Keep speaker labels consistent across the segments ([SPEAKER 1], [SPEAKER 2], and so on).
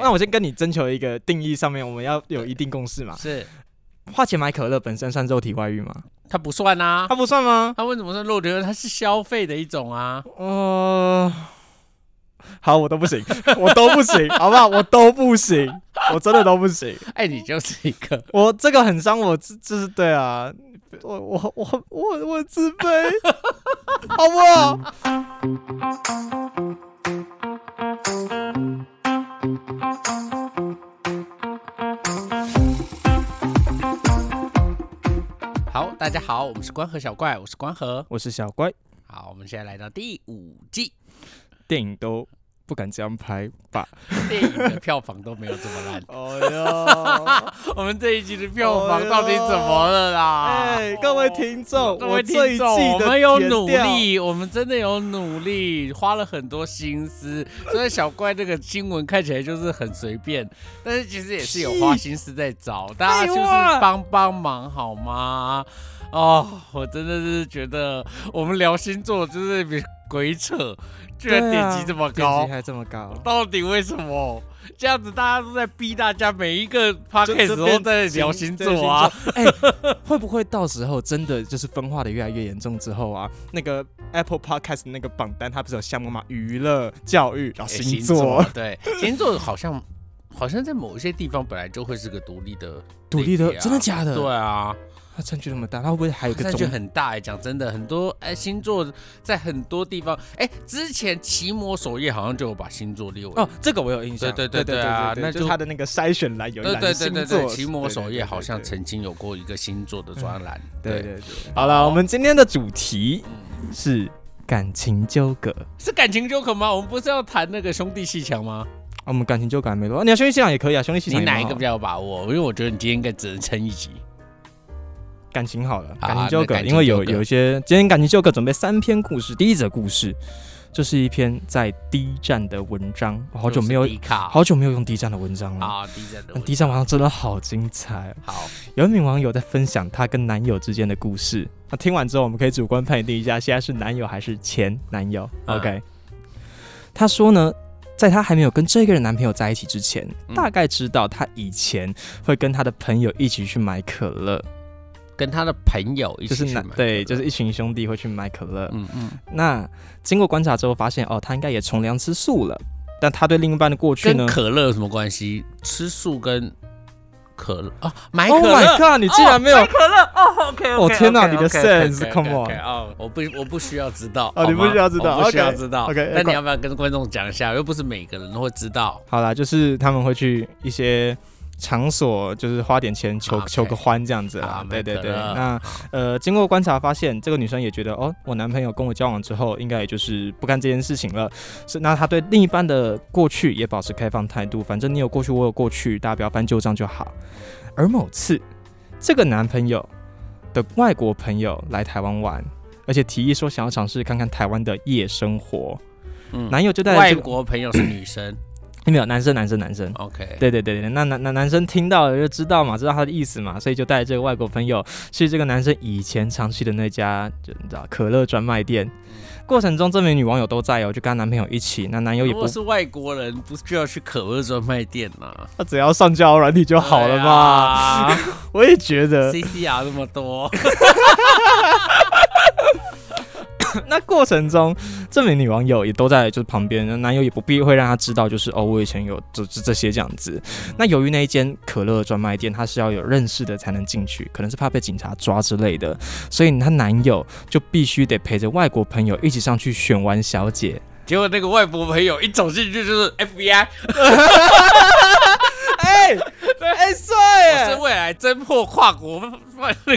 [SPEAKER 1] 那我先跟你征求一个定义上面，我们要有一定共识嘛。
[SPEAKER 2] 是
[SPEAKER 1] 花钱买可乐本身算肉体外遇吗？
[SPEAKER 2] 它不算啊
[SPEAKER 1] 它，不算 吗？
[SPEAKER 2] 它为什么算肉体外遇？它是消费的一种啊。
[SPEAKER 1] 哦、好，我都不行， 我都不行，好不好？我都不行，我真的都不 行。
[SPEAKER 2] 哎，你就是一个
[SPEAKER 1] 我这个很伤我自，就是对啊，我我我我我自卑，好不好？
[SPEAKER 2] 好，大家好，我们是关河小怪，我是关河。
[SPEAKER 1] 我是小乖，
[SPEAKER 2] 好，我们现在来到第五季，
[SPEAKER 1] 电影都不敢这样拍吧？，
[SPEAKER 2] 电影的 票房都没有这么烂
[SPEAKER 1] 哎呦，
[SPEAKER 2] 我们这一季的票房到底怎么了啦？
[SPEAKER 1] 哎， 各位听众，
[SPEAKER 2] 各位
[SPEAKER 1] 这
[SPEAKER 2] 听
[SPEAKER 1] 一季
[SPEAKER 2] 众，我
[SPEAKER 1] 的
[SPEAKER 2] 们有
[SPEAKER 1] 填
[SPEAKER 2] 努
[SPEAKER 1] 调，
[SPEAKER 2] 力，我们真的有努力，花了很多心思。虽然小怪这个新闻看起来就是很随便，但是其实也是有花心思在找，大家就是帮帮忙好吗？哦，我真的是觉得我们聊星座就是比鬼扯，居然点击这么
[SPEAKER 1] 对啊
[SPEAKER 2] 高
[SPEAKER 1] 点击，还这么高，
[SPEAKER 2] 到底为什么？这样子大家都在逼大家，每一个 podcast
[SPEAKER 1] 这
[SPEAKER 2] 都
[SPEAKER 1] 边
[SPEAKER 2] 在聊星座啊。
[SPEAKER 1] 哎、会不会到时候真的就是分化的越来越严重之后啊，那个 Apple Podcast 那个榜单它不是有项目嘛？娱乐、教育，然后
[SPEAKER 2] 欸
[SPEAKER 1] 啊星座，
[SPEAKER 2] 对，星座好像好像在某一些地方本来就会是个独立的
[SPEAKER 1] 独立
[SPEAKER 2] 类
[SPEAKER 1] 的，
[SPEAKER 2] 别啊
[SPEAKER 1] 真的假的？
[SPEAKER 2] 对，啊，
[SPEAKER 1] 它占据那么大，它会不会还有一个
[SPEAKER 2] 占据
[SPEAKER 1] 种？
[SPEAKER 2] 很大、欸。讲真的，很多哎、星座在很多地方哎、之前奇摩首页好像就有把星座列为。
[SPEAKER 1] 哦，这个我有印象，
[SPEAKER 2] 对对
[SPEAKER 1] 对
[SPEAKER 2] 对对啊那
[SPEAKER 1] 就是
[SPEAKER 2] 就
[SPEAKER 1] 它的那个筛选栏有一
[SPEAKER 2] 对
[SPEAKER 1] 栏
[SPEAKER 2] 对
[SPEAKER 1] 是
[SPEAKER 2] 对
[SPEAKER 1] 星
[SPEAKER 2] 对对，
[SPEAKER 1] 座，
[SPEAKER 2] 奇摩首页好像
[SPEAKER 1] 对嗯
[SPEAKER 2] 曾经有过一个星座的专栏。
[SPEAKER 1] 对对对对。好了，我们今天的主题
[SPEAKER 2] 嗯
[SPEAKER 1] 是感情纠葛。
[SPEAKER 2] 是感情纠葛吗？我们不是要谈那个兄弟戏强吗？
[SPEAKER 1] 啊，我们感情纠葛还没多，啊你要兄弟气场也可以啊，兄弟气
[SPEAKER 2] 你
[SPEAKER 1] 场也蛮
[SPEAKER 2] 哪一
[SPEAKER 1] 好
[SPEAKER 2] 个
[SPEAKER 1] 的
[SPEAKER 2] 比较有把握？因为我觉得你今天应该只能撑一集。
[SPEAKER 1] 感情好了，
[SPEAKER 2] 好
[SPEAKER 1] 感情纠葛，
[SPEAKER 2] 啊那感情
[SPEAKER 1] 因为有
[SPEAKER 2] 纠葛
[SPEAKER 1] 有一些今天感情纠葛准备三篇故事，第一则故事就是一篇在 D 站的文章，我好久没有
[SPEAKER 2] 就是迪卡，
[SPEAKER 1] 好久没有用 D 站的文章了。
[SPEAKER 2] 啊，低站的
[SPEAKER 1] 但
[SPEAKER 2] 问
[SPEAKER 1] D
[SPEAKER 2] 题
[SPEAKER 1] 站文章真的好精彩哦，
[SPEAKER 2] 好。
[SPEAKER 1] 有一名网友在分享她跟男友之间的故事。那听完之后，我们可以主观判定一下，现在是男友还是前男友、
[SPEAKER 2] 嗯
[SPEAKER 1] o k 她说呢，在她还没有跟这个人男朋友在一起之前，
[SPEAKER 2] 嗯
[SPEAKER 1] 大概知道她以前会跟她的朋友一起去买可乐，
[SPEAKER 2] 跟他的朋友一
[SPEAKER 1] 就
[SPEAKER 2] 起
[SPEAKER 1] 是
[SPEAKER 2] 去买
[SPEAKER 1] 男
[SPEAKER 2] 可乐，
[SPEAKER 1] 对，就是一群兄弟会去买可乐。
[SPEAKER 2] 嗯嗯，
[SPEAKER 1] 那经过观察之后，发现哦，他应该也从良吃素了。但他对另一半的过去呢
[SPEAKER 2] 跟？可乐有什么关系？吃素跟可乐啊，买
[SPEAKER 1] Oh
[SPEAKER 2] 可
[SPEAKER 1] my
[SPEAKER 2] 乐。
[SPEAKER 1] god！你竟然没有
[SPEAKER 2] 买可乐哦，OK，
[SPEAKER 1] 哦天哪你的 sense，come on
[SPEAKER 2] 哦，我不我不需要知道，
[SPEAKER 1] 哦你
[SPEAKER 2] 好吗
[SPEAKER 1] 不需要知道
[SPEAKER 2] 我不需要
[SPEAKER 1] OK，
[SPEAKER 2] 知道
[SPEAKER 1] OK，
[SPEAKER 2] 那你
[SPEAKER 1] 观
[SPEAKER 2] 要不要跟观众讲一下？又不是每个人都会知道，
[SPEAKER 1] 好啦，就是他们会去一些场所，就是花点钱求、
[SPEAKER 2] 啊，OK
[SPEAKER 1] 求个欢这样子啦
[SPEAKER 2] 啊。
[SPEAKER 1] 对对对，
[SPEAKER 2] 买可乐
[SPEAKER 1] 那呃，经过观察发现，这个女生也觉得哦，我男朋友跟我交往之后，应该也就是不干这件事情了。是，那她对另一半的过去也保持开放态度，反正你有过去，我有过去，大家不要翻旧账就好。而某次，这个男朋友的外国朋友来台湾玩。而且提议说想要尝试看看台湾的夜生活，
[SPEAKER 2] 嗯，
[SPEAKER 1] 男友就带着
[SPEAKER 2] 外
[SPEAKER 1] 这个
[SPEAKER 2] 国朋友是女生
[SPEAKER 1] 没有男生男生男生，
[SPEAKER 2] ，OK，
[SPEAKER 1] 对对对对，那男男男生听到了就知道嘛，知道他的意思嘛，所以就带这个外国朋友去这个男生以前常去的那家，就你知道可乐专卖店。过程中，这名女网友都在哦，就跟她男朋友一起。那男友也
[SPEAKER 2] 如
[SPEAKER 1] 不
[SPEAKER 2] 果，是外国人，不需要去可乐专卖店呐，
[SPEAKER 1] 他只要上交友软体就好了嘛。我也觉得，
[SPEAKER 2] ？CCR 那么多，
[SPEAKER 1] 那过程中，这名女网友也都在就是旁边，那男友也不避讳让她知道，就是哦，我以前有就是这些这样子。那由于那一间可乐专卖店，她是要有认识的才能进去，可能是怕被警察抓之类的，所以她男友就必须得陪着外国朋友一起上去选完小姐。
[SPEAKER 2] 结果那个外国朋友一走进去就是 FBI，
[SPEAKER 1] 哎、哎，
[SPEAKER 2] 我
[SPEAKER 1] 帅
[SPEAKER 2] 是未来侦破跨国犯那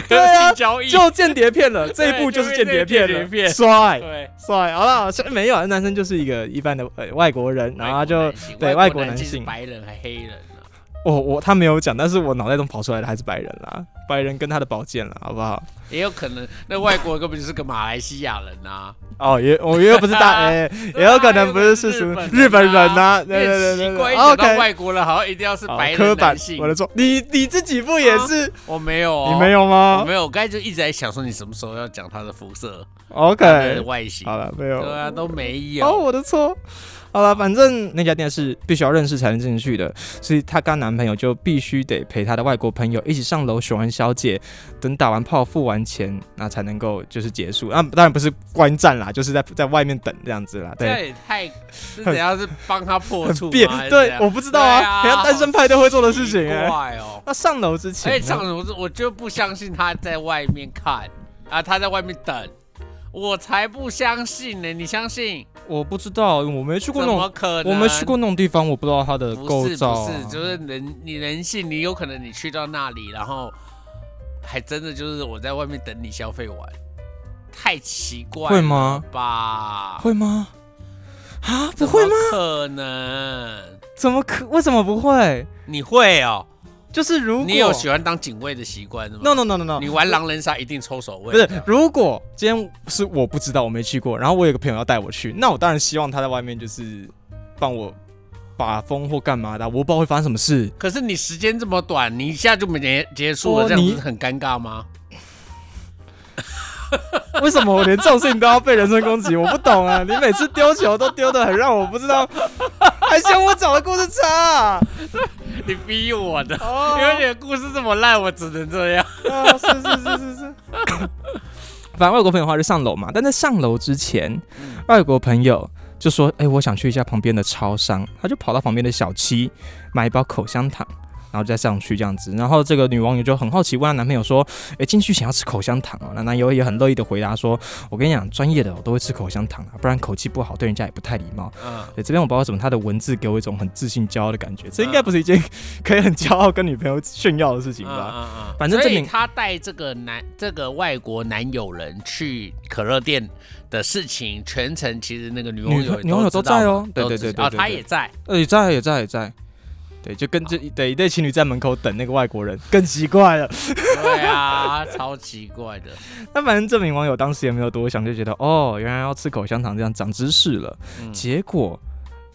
[SPEAKER 1] 对
[SPEAKER 2] 个
[SPEAKER 1] 啊
[SPEAKER 2] 性交易。
[SPEAKER 1] 就间谍片了，这
[SPEAKER 2] 这
[SPEAKER 1] 一
[SPEAKER 2] 一
[SPEAKER 1] 部
[SPEAKER 2] 部
[SPEAKER 1] 就
[SPEAKER 2] 就是
[SPEAKER 1] 间
[SPEAKER 2] 是间
[SPEAKER 1] 谍
[SPEAKER 2] 谍
[SPEAKER 1] 片
[SPEAKER 2] 片
[SPEAKER 1] 了
[SPEAKER 2] 了，
[SPEAKER 1] 帅
[SPEAKER 2] 对，
[SPEAKER 1] 帅，好了，现在没有，那男生就是一个一般的、呃、外国人，然后他就
[SPEAKER 2] 外国男性
[SPEAKER 1] 对
[SPEAKER 2] 外
[SPEAKER 1] 外国
[SPEAKER 2] 男
[SPEAKER 1] 男
[SPEAKER 2] 性是
[SPEAKER 1] 性
[SPEAKER 2] 白人还黑人啊呢、
[SPEAKER 1] 我哦我他没有讲，但是我脑袋中跑出来的还是白人啦，白人跟他的宝剑啦，好不好？
[SPEAKER 2] 也有可能那外国根本就是个马来西亚人啊呐、
[SPEAKER 1] 哦，也我也不是 大，哎、也有可能不是是属日本人呐、
[SPEAKER 2] 啊，
[SPEAKER 1] 对对对
[SPEAKER 2] 奇
[SPEAKER 1] 对对
[SPEAKER 2] 怪，一讲到
[SPEAKER 1] ，OK。
[SPEAKER 2] 外国人好像一定要是
[SPEAKER 1] 好
[SPEAKER 2] 白
[SPEAKER 1] 刻
[SPEAKER 2] 人
[SPEAKER 1] 板
[SPEAKER 2] 男，性。
[SPEAKER 1] 我的错，你你自己不也是？
[SPEAKER 2] 我没有、哦，
[SPEAKER 1] 你没。有啊
[SPEAKER 2] 我
[SPEAKER 1] 吗
[SPEAKER 2] 没有，我刚才就一直在想说你什么时候要讲他的肤色、他的
[SPEAKER 1] ？OK，
[SPEAKER 2] 外形，啊
[SPEAKER 1] 好了，没有。
[SPEAKER 2] 对啊，都没有。
[SPEAKER 1] 哦，我的错。好了，反正那家店是必须要认识才能进去的，所以她跟她男朋友就必须得陪她的外国朋友一起上楼选完小姐，等打完炮付完钱，那才能够就是结束。那、当然不是观战啦，就是在在外面等这样子啦。
[SPEAKER 2] 这样
[SPEAKER 1] 对，
[SPEAKER 2] 也太是怎样是帮他破
[SPEAKER 1] 很
[SPEAKER 2] 处吗
[SPEAKER 1] 变
[SPEAKER 2] 还是，怎
[SPEAKER 1] 对，
[SPEAKER 2] 样
[SPEAKER 1] 我不知道
[SPEAKER 2] 对
[SPEAKER 1] 啊，
[SPEAKER 2] 啊
[SPEAKER 1] 人家单身派对会做的事情哎、
[SPEAKER 2] 奇怪哦。
[SPEAKER 1] 那上楼之前
[SPEAKER 2] 而且
[SPEAKER 1] 呢，
[SPEAKER 2] 上楼是，我就不相信他在外面看啊，他在外面等，我才不相信呢、你相信？
[SPEAKER 1] 我不知道，我没去
[SPEAKER 2] 怎
[SPEAKER 1] 过那种
[SPEAKER 2] 么可能？
[SPEAKER 1] 我没去过那种地方，我不知道它的
[SPEAKER 2] 不
[SPEAKER 1] 构
[SPEAKER 2] 是
[SPEAKER 1] 造、
[SPEAKER 2] 不
[SPEAKER 1] 啊。
[SPEAKER 2] 是，就是人你人性，你有可能你去到那里，然后还真的就是我在外面等你消费完，太奇怪
[SPEAKER 1] 会
[SPEAKER 2] 了
[SPEAKER 1] 吗？
[SPEAKER 2] 吧？
[SPEAKER 1] 会吗？啊，不
[SPEAKER 2] 怎
[SPEAKER 1] 会
[SPEAKER 2] 么
[SPEAKER 1] 吗？
[SPEAKER 2] 可能？
[SPEAKER 1] 怎么可？为什么不会？
[SPEAKER 2] 你会哦？
[SPEAKER 1] 就是如果
[SPEAKER 2] 你有喜欢当警卫的习惯吗
[SPEAKER 1] no no no no no，
[SPEAKER 2] 你玩狼人杀一定抽手位，
[SPEAKER 1] 不是，如果今天是我不知道，我没去过，然后我有个朋友要带我去，那我当然希望他在外面就是帮我把风或干嘛的，我不知道会发生什么事。
[SPEAKER 2] 可是你时间这么短，你一下就没结结束
[SPEAKER 1] 哦
[SPEAKER 2] 了，这样
[SPEAKER 1] 你
[SPEAKER 2] 不是很尴尬吗？
[SPEAKER 1] 为什么我连这种事情都要被人身攻击？我不懂啊！你每次丢球都丢的很让我不知道，还嫌我找的故事差啊、
[SPEAKER 2] 你逼我的，
[SPEAKER 1] 哦
[SPEAKER 2] 因为你的故事这么烂，我只能这样。
[SPEAKER 1] 啊，是是是是是。 反正外国朋友的话就上楼嘛，但在上楼之前，外国朋友就说：“哎、我想去一下旁边的超商。”他就跑到旁边的小七买一包口香糖，然后再上去这样子。然后这个女网友就很好奇，问她男朋友说：“哎、进去想要吃口香糖哦？”那男友也很乐意的回答说：“我跟你讲，专业的我都会吃口香糖啊，不然口气不好，对人家也不太礼貌。”
[SPEAKER 2] 嗯，
[SPEAKER 1] 对，这边我不知道为什么他的文字给我一种很自信、骄傲的感觉，这应该不是一件可以很骄傲跟女朋友炫耀的事情吧？
[SPEAKER 2] 嗯嗯嗯
[SPEAKER 1] 反正
[SPEAKER 2] 所
[SPEAKER 1] 证
[SPEAKER 2] 以
[SPEAKER 1] 明
[SPEAKER 2] 她带这个男这个外国男友人去可乐店的事情，全程其实那个女网友
[SPEAKER 1] 女女网友都
[SPEAKER 2] 知道
[SPEAKER 1] 在
[SPEAKER 2] 嘛
[SPEAKER 1] 哦对
[SPEAKER 2] 都
[SPEAKER 1] 对
[SPEAKER 2] 知
[SPEAKER 1] 对
[SPEAKER 2] 道
[SPEAKER 1] 对对
[SPEAKER 2] 她
[SPEAKER 1] 对
[SPEAKER 2] 也哦在，
[SPEAKER 1] 呃，也在，也在，也在。对，就跟这一对一对情侣在门口等那个外国人，更奇怪了。
[SPEAKER 2] 对啊，超奇怪的，
[SPEAKER 1] 那反正这名网友当时也没有多想，就觉得哦，原来要吃口香糖这样长知识了。
[SPEAKER 2] 嗯
[SPEAKER 1] 结果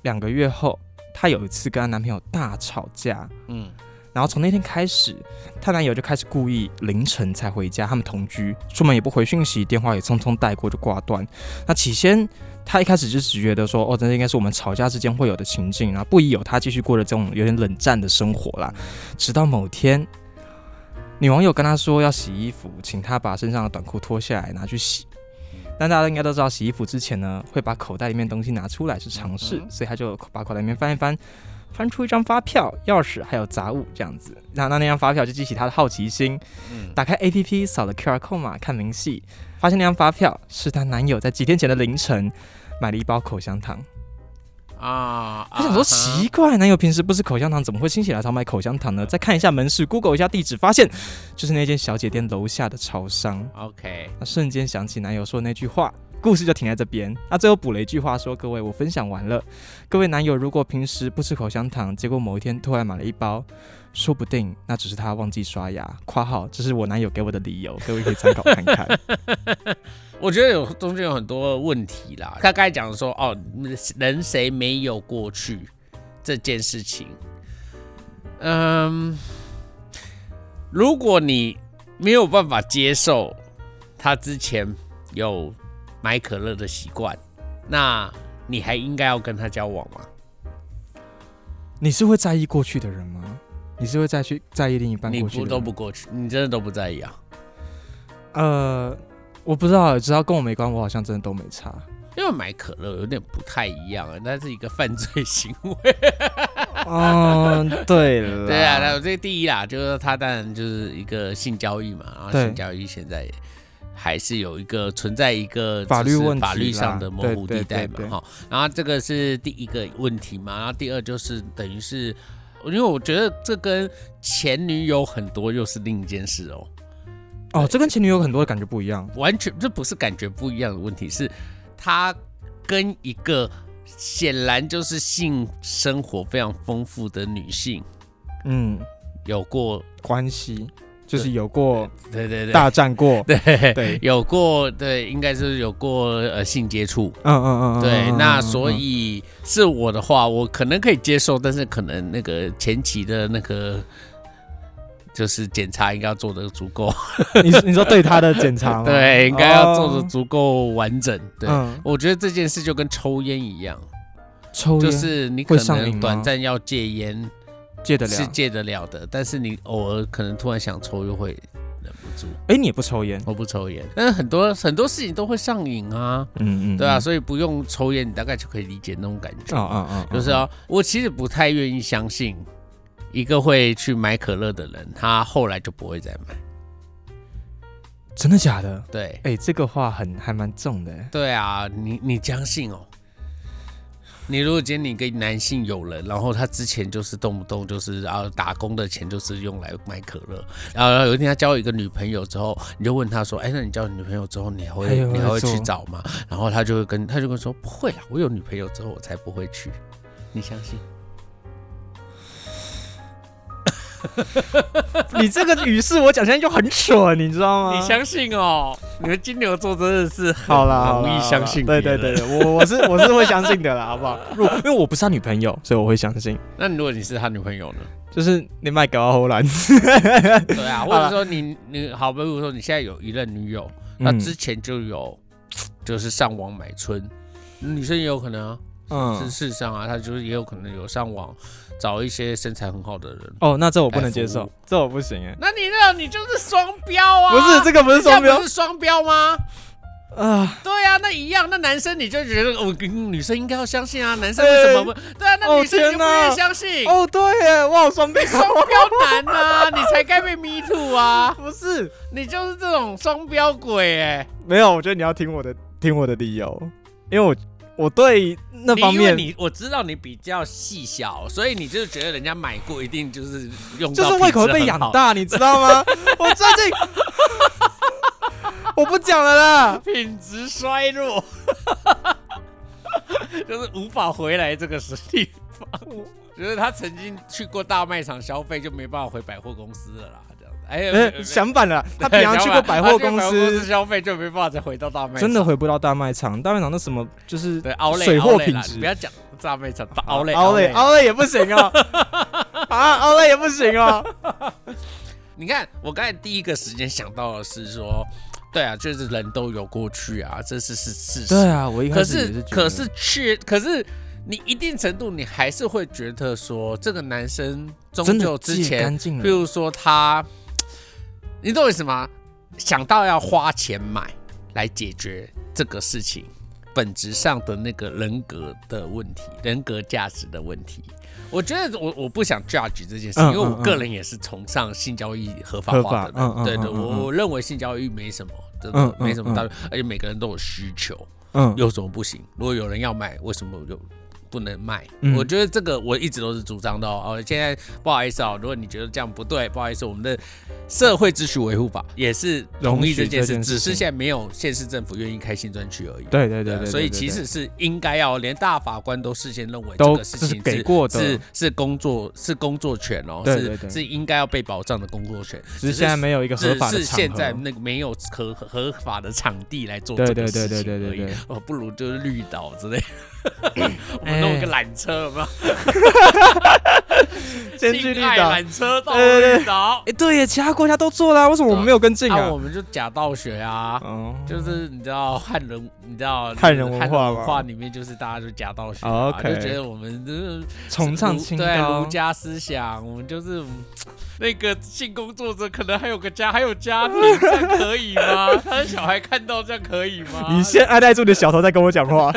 [SPEAKER 1] 两个月后，她有一次跟她男朋友大吵架，
[SPEAKER 2] 嗯，
[SPEAKER 1] 然后从那天开始，她男友就开始故意凌晨才回家，他们同居，出门也不回讯息，电话也匆匆带过就挂断。那起先，她一开始就只觉得说，哦，这应该是我们吵架之间会有的情境，然后不疑有他，继续过着这种有点冷战的生活啦。直到某天，女网友跟她说要洗衣服，请她把身上的短裤脱下来拿去洗。但大家应该都知道，洗衣服之前呢，会把口袋里面东西拿出来是常事
[SPEAKER 2] 嗯，哼
[SPEAKER 1] 所以她就把口袋里面翻一翻，翻出一张发票、钥匙还有杂物这样子。那那那张发票就激起她的好奇心，
[SPEAKER 2] 嗯
[SPEAKER 1] 打开 APP 扫了 QR code 码看明细，发现那张发票是她男友在几天前的凌晨买了一包口香糖。
[SPEAKER 2] 啊，
[SPEAKER 1] 她想说
[SPEAKER 2] 啊哈
[SPEAKER 1] 奇怪，男友平时不吃口香糖，怎么会心血来潮买口香糖呢？再看一下门市，Google 一下地址，发现就是那间小姐店楼下的超商。
[SPEAKER 2] ，OK，
[SPEAKER 1] 那瞬间想起男友说的那句话，故事就停在这边。那最后补了一句话说：“各位，我分享完了。各位男友，如果平时不吃口香糖，结果某一天突然买了一包，说不定那只是他忘记刷牙。”（括号这是我男友给我的理由，各位可以参考看看。
[SPEAKER 2] 我觉得有中间有很多问题啦。他刚才讲说，哦，人谁没有过去这件事情，嗯，如果你没有办法接受他之前有买可乐的习惯，那你还应该要跟他交往吗？）
[SPEAKER 1] 你是会在意过去的人吗？你是会再去在意另一半
[SPEAKER 2] 你
[SPEAKER 1] 过去的
[SPEAKER 2] 不
[SPEAKER 1] 人
[SPEAKER 2] 都不过去，你真的都不在意啊？
[SPEAKER 1] 呃，我不知道，只要跟我没关，我好像真的都没 差。
[SPEAKER 2] 因为买可乐有点不太一样啊，那是一个犯罪行为。
[SPEAKER 1] 嗯，对了，
[SPEAKER 2] 对啊，那这第一啦，就是他当然就是一个性交易嘛，然后
[SPEAKER 1] 对
[SPEAKER 2] 性交易现在也还是有一个存在一个
[SPEAKER 1] 法律
[SPEAKER 2] 就是
[SPEAKER 1] 问题
[SPEAKER 2] 法律
[SPEAKER 1] 啦
[SPEAKER 2] 上的模糊
[SPEAKER 1] 对
[SPEAKER 2] 地
[SPEAKER 1] 对
[SPEAKER 2] 带
[SPEAKER 1] 对对
[SPEAKER 2] 嘛哈。然后这个是第一个问题嘛，然后第二就是等于是，因为我觉得这跟前女友很多又是另一件事哦，
[SPEAKER 1] 哦，这跟前女友很多感觉不一样。
[SPEAKER 2] 完全这不是感觉不一样的问题，是他跟一个显然就是性生活非常丰富的女性
[SPEAKER 1] 嗯，
[SPEAKER 2] 有过，
[SPEAKER 1] 关系就是有过
[SPEAKER 2] 对对对，
[SPEAKER 1] 大战过，对
[SPEAKER 2] 对
[SPEAKER 1] 对
[SPEAKER 2] 有过对，应该是有过呃性接触。
[SPEAKER 1] 嗯嗯嗯嗯，
[SPEAKER 2] 对，
[SPEAKER 1] 嗯
[SPEAKER 2] 那
[SPEAKER 1] 嗯
[SPEAKER 2] 所
[SPEAKER 1] 嗯
[SPEAKER 2] 以是我的话，我可能可以接受，但是可能那个前期的那个就是检查应该要做的足够，
[SPEAKER 1] 嗯你你说对他的检查吗？
[SPEAKER 2] 对，应该要做的
[SPEAKER 1] 哦
[SPEAKER 2] 足够完整。对，
[SPEAKER 1] 嗯，
[SPEAKER 2] 我觉得这件事就跟抽烟一样，
[SPEAKER 1] 抽
[SPEAKER 2] 就
[SPEAKER 1] 烟
[SPEAKER 2] 是你可
[SPEAKER 1] 会上瘾
[SPEAKER 2] 能
[SPEAKER 1] 吗
[SPEAKER 2] 短暂要戒烟
[SPEAKER 1] 戒得了
[SPEAKER 2] 是？戒得了的，但是你偶尔可能突然想抽又会忍不住。
[SPEAKER 1] 哎，你也不抽烟？
[SPEAKER 2] 我不抽烟，但是很多很多事情都会上瘾啊，
[SPEAKER 1] 嗯嗯，
[SPEAKER 2] 对啊，
[SPEAKER 1] 嗯，
[SPEAKER 2] 所以不用抽烟，你大概就可以理解那种感觉。
[SPEAKER 1] 啊啊啊，
[SPEAKER 2] 就是
[SPEAKER 1] 啊
[SPEAKER 2] 啊，我其实不太愿意相信一个会去买可乐的人，他后来就不会再买。
[SPEAKER 1] 真的假的？
[SPEAKER 2] 对，
[SPEAKER 1] 哎，这个话很还蛮重的。哎
[SPEAKER 2] 对啊，你你相信哦。你如果今天你跟男性友人，然后他之前就是动不动就是啊打工的钱就是用来买可乐，然后有一天他交一个女朋友之后，你就问他说，哎，那你交女朋友之后，你还
[SPEAKER 1] 还
[SPEAKER 2] 会
[SPEAKER 1] 有
[SPEAKER 2] 你还会
[SPEAKER 1] 做
[SPEAKER 2] 去找吗？然后他就会跟他就跟我说不会啦，啊我有女朋友之后我才不会去，你相信？
[SPEAKER 1] 你这个语势我讲起来就很蠢，你知道吗？
[SPEAKER 2] 你相信哦？你们金牛座真的是很
[SPEAKER 1] 好啦，好
[SPEAKER 2] 容
[SPEAKER 1] 啦
[SPEAKER 2] 易
[SPEAKER 1] 好
[SPEAKER 2] 相
[SPEAKER 1] 啦
[SPEAKER 2] 信
[SPEAKER 1] 对
[SPEAKER 2] 别
[SPEAKER 1] 对
[SPEAKER 2] 人
[SPEAKER 1] 对，对我我是我是会相信的啦，好不好？ 如果因为我不是他女朋友，所以我会相信。
[SPEAKER 2] 那如果你是他女朋友呢？
[SPEAKER 1] 就是你卖啊给我后 兰，
[SPEAKER 2] 对啊，或者说你你好，比如说你现在有一任女友，那
[SPEAKER 1] 嗯
[SPEAKER 2] 之前就有就是上网买春，女生也有可能啊，是
[SPEAKER 1] 嗯，
[SPEAKER 2] 事实上啊，她就是也有可能有上网找一些身材很好的人。
[SPEAKER 1] 哦，那这我不能接
[SPEAKER 2] 来服
[SPEAKER 1] 受，这我不行哎、
[SPEAKER 2] 那你那你就是双标啊！
[SPEAKER 1] 不是这个不是双
[SPEAKER 2] 这样
[SPEAKER 1] 标
[SPEAKER 2] 不是双标吗？
[SPEAKER 1] 啊，
[SPEAKER 2] 对啊，那一样，那男生你就觉得我、嗯女生应该要相信啊，男生为什么不？对啊，那
[SPEAKER 1] 哦
[SPEAKER 2] 女生就
[SPEAKER 1] 天
[SPEAKER 2] 不
[SPEAKER 1] 哪
[SPEAKER 2] 愿意相信。
[SPEAKER 1] 哦对耶，哇，我双标，
[SPEAKER 2] 双标男啊， 你才该被 me too 啊！
[SPEAKER 1] 不是
[SPEAKER 2] 你就是这种双标鬼哎、
[SPEAKER 1] 没有，我觉得你要听我的听我的理由，因为我我对那
[SPEAKER 2] 你
[SPEAKER 1] 方
[SPEAKER 2] 因为
[SPEAKER 1] 面
[SPEAKER 2] 你我知道你比较细小，所以你就是觉得人家买过一定就是用
[SPEAKER 1] 就
[SPEAKER 2] 到
[SPEAKER 1] 是胃口被养大，你知道 吗？我最近 我不讲了啦，
[SPEAKER 2] 品质衰弱， 就是无法回来这个实地方。
[SPEAKER 1] 哦
[SPEAKER 2] 就是他曾经去过大卖场消费，就没办法回百货公司了啦。这样子，哎呀，没
[SPEAKER 1] 呃，相反了，他平常去过百货公
[SPEAKER 2] 他去百货
[SPEAKER 1] 司，
[SPEAKER 2] 消费，就没办法再回到大卖场。
[SPEAKER 1] 真的回不到大卖场，大卖场那什么就是
[SPEAKER 2] 对，奥莱
[SPEAKER 1] 水货
[SPEAKER 2] 奥莱
[SPEAKER 1] 品
[SPEAKER 2] 啦
[SPEAKER 1] 质
[SPEAKER 2] 你不要讲炸妹场，奥莱
[SPEAKER 1] 奥莱奥莱也不行 哦，啊，奥莱也不行哦，
[SPEAKER 2] 你看，我刚才第一个时间想到的是说，对啊，就是人都有过去啊，这是是事实。
[SPEAKER 1] 对啊，我一
[SPEAKER 2] 可
[SPEAKER 1] 开始也
[SPEAKER 2] 是
[SPEAKER 1] 觉得
[SPEAKER 2] 可是确可是你一定程度你还是会觉得说，这个男生终
[SPEAKER 1] 真的
[SPEAKER 2] 究之
[SPEAKER 1] 戒
[SPEAKER 2] 前，
[SPEAKER 1] 干净
[SPEAKER 2] 比
[SPEAKER 1] 了，
[SPEAKER 2] 如说他，你懂我意思吗？想到要花钱买来解决这个事情。本质上的那个人格的问题，人格价值的问题，我觉得我我不想 judge 这件事，
[SPEAKER 1] 嗯
[SPEAKER 2] 因为我
[SPEAKER 1] 嗯
[SPEAKER 2] 个
[SPEAKER 1] 嗯
[SPEAKER 2] 人也是崇尚性交易合法
[SPEAKER 1] 合
[SPEAKER 2] 化的
[SPEAKER 1] 法
[SPEAKER 2] 人，
[SPEAKER 1] 嗯嗯
[SPEAKER 2] 对对，
[SPEAKER 1] 嗯嗯
[SPEAKER 2] 我
[SPEAKER 1] 嗯
[SPEAKER 2] 我认为性交易没什么，真
[SPEAKER 1] 嗯
[SPEAKER 2] 的
[SPEAKER 1] 嗯
[SPEAKER 2] 没什么
[SPEAKER 1] 嗯
[SPEAKER 2] 大，而且每个人都有需求，
[SPEAKER 1] 嗯
[SPEAKER 2] 有什么不行？如果有人要买，为什么就不能卖？
[SPEAKER 1] 嗯
[SPEAKER 2] 我觉得这个我一直都是主张的哦。哦现在不好意思哦，如果你觉得这样不对，不好意思，我们的社会秩序维护法也是同意这
[SPEAKER 1] 容许这件
[SPEAKER 2] 件事，
[SPEAKER 1] 事情
[SPEAKER 2] 只是现在没有县市政府愿意开新专区而已。
[SPEAKER 1] 对对对对
[SPEAKER 2] 啊
[SPEAKER 1] 对，
[SPEAKER 2] 所以
[SPEAKER 1] 对
[SPEAKER 2] 其
[SPEAKER 1] 对
[SPEAKER 2] 实是应该要连大法官都事先认为这
[SPEAKER 1] 都
[SPEAKER 2] 个事情
[SPEAKER 1] 这是给过的
[SPEAKER 2] 是是工作是工作权哦，
[SPEAKER 1] 对对对
[SPEAKER 2] 是是应该要被保障的工作权，
[SPEAKER 1] 只是现在没有一个合
[SPEAKER 2] 只
[SPEAKER 1] 法的
[SPEAKER 2] 是
[SPEAKER 1] 场
[SPEAKER 2] 现在
[SPEAKER 1] 合，
[SPEAKER 2] 那个没有合合法的场地来做
[SPEAKER 1] 对
[SPEAKER 2] 这个
[SPEAKER 1] 对
[SPEAKER 2] 事
[SPEAKER 1] 对
[SPEAKER 2] 情
[SPEAKER 1] 对对对
[SPEAKER 2] 而已
[SPEAKER 1] 对，
[SPEAKER 2] 哦，不如就是绿岛之类， 我们弄
[SPEAKER 1] 哎
[SPEAKER 2] 个缆车有没有？
[SPEAKER 1] 先去绿
[SPEAKER 2] 性爱
[SPEAKER 1] 岛，
[SPEAKER 2] 缆车到
[SPEAKER 1] 对对对
[SPEAKER 2] 绿岛，
[SPEAKER 1] 哎，对耶，其他国家都做了，为什么我们没有跟进
[SPEAKER 2] 那
[SPEAKER 1] 啊
[SPEAKER 2] 我？们就假道学啊。
[SPEAKER 1] 哦，
[SPEAKER 2] 就是你知道汉人，你知道
[SPEAKER 1] 汉人文化
[SPEAKER 2] 汉
[SPEAKER 1] 吗
[SPEAKER 2] 文化里面就是大家就假道学啊
[SPEAKER 1] 哦，OK
[SPEAKER 2] 就觉得我们就是
[SPEAKER 1] 崇尚清
[SPEAKER 2] 对
[SPEAKER 1] 高
[SPEAKER 2] 儒，家思想，我们就是嗯那个性工作者可能还有个家，还有家庭，这样可以吗？ 他的小孩看到这样可以吗？
[SPEAKER 1] 你先按耐住你的小头再跟我讲 话。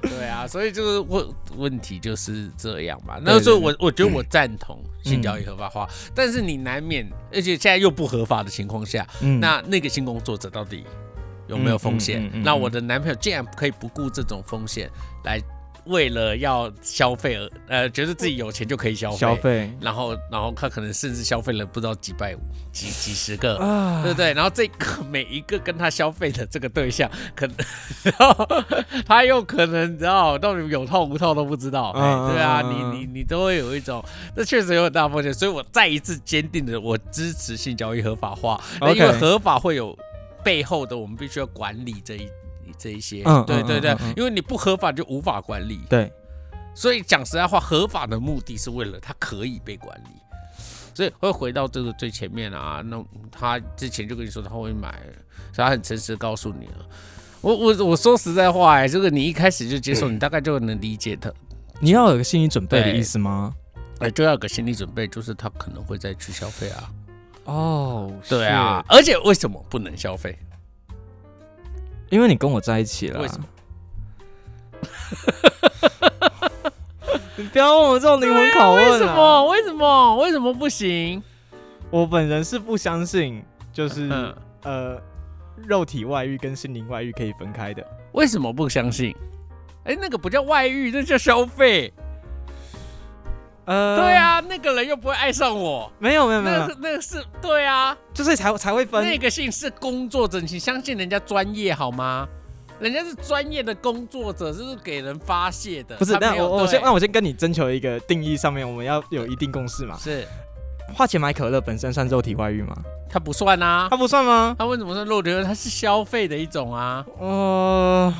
[SPEAKER 2] 对啊，所以就是问问题就是这样嘛。
[SPEAKER 1] 对
[SPEAKER 2] 那
[SPEAKER 1] 对嗯
[SPEAKER 2] 所以我我觉得我赞同性交易合法化，但是你难免，而且现在又不合法的情况下，
[SPEAKER 1] 嗯
[SPEAKER 2] 那那个性工作者到底有没有风险？
[SPEAKER 1] 嗯嗯嗯嗯
[SPEAKER 2] 那我的男朋友竟然可以不顾这种风险来为了要消费而呃，觉得自己有钱就可以消费，
[SPEAKER 1] 消费
[SPEAKER 2] 然后然后他可能甚至消费了不知道几百 几几十个，
[SPEAKER 1] 啊
[SPEAKER 2] 对不对？然后这个每一个跟他消费的这个对象，可能， 然后他又可能，你知道，到底有套无套都不知道，
[SPEAKER 1] 嗯
[SPEAKER 2] 哎对啊，
[SPEAKER 1] 嗯嗯
[SPEAKER 2] 你你你都会有一种，这确实有很大风险，所以我再一次坚定的，我支持性交易合法化，那
[SPEAKER 1] OK
[SPEAKER 2] 因为合法会有背后的，我们必须要管理这一。这一些，
[SPEAKER 1] 嗯
[SPEAKER 2] 对
[SPEAKER 1] 嗯
[SPEAKER 2] 对
[SPEAKER 1] 嗯
[SPEAKER 2] 对，
[SPEAKER 1] 嗯嗯
[SPEAKER 2] 因为你不合法就无法管理，
[SPEAKER 1] 对，
[SPEAKER 2] 所以讲实在话，合法的目的是为了它可以被管理，所以会回到这个最前面啊。那他之前就跟你说他会买，所以他很诚实地告诉你了，我我我说实在话、哎，这个你一开始就接受，你大概就能理解他，
[SPEAKER 1] 你要有个心理准备的意思吗？
[SPEAKER 2] 哎，就要有个心理准备，就是他可能会再去消费啊。
[SPEAKER 1] 哦，
[SPEAKER 2] 对啊，而且为什么不能消费？
[SPEAKER 1] 是，因为你跟我在一起了。
[SPEAKER 2] 为什么？
[SPEAKER 1] 你不要问我这种灵魂拷
[SPEAKER 2] 为
[SPEAKER 1] 问
[SPEAKER 2] 什
[SPEAKER 1] 啊！
[SPEAKER 2] 么？为什么？为什么不行？
[SPEAKER 1] 我本人是不相信，就是、
[SPEAKER 2] 嗯，
[SPEAKER 1] 呃，肉体外遇跟心灵外遇可以分开的。
[SPEAKER 2] 为什么不相信？哎，那个不叫外遇，那叫消费。
[SPEAKER 1] 呃，
[SPEAKER 2] 对，啊，那个人又不会爱上我。
[SPEAKER 1] 没有没有没有
[SPEAKER 2] 那
[SPEAKER 1] 没有，
[SPEAKER 2] 那是对啊，
[SPEAKER 1] 就是才才会分
[SPEAKER 2] 那个性是工作者，你相信人家专业好吗？人家是专业的工作者，就是给人发泄的。
[SPEAKER 1] 不是，
[SPEAKER 2] 他
[SPEAKER 1] 那
[SPEAKER 2] 没有
[SPEAKER 1] 我我
[SPEAKER 2] 对
[SPEAKER 1] 先那我先跟你征求一个定义上面，我们要有一定共识嘛。
[SPEAKER 2] 是
[SPEAKER 1] 花钱买可乐本身算肉体外遇吗？
[SPEAKER 2] 他不算啊
[SPEAKER 1] 它，不算吗？
[SPEAKER 2] 他为什么算肉体？他是消费的一种啊。
[SPEAKER 1] 呃，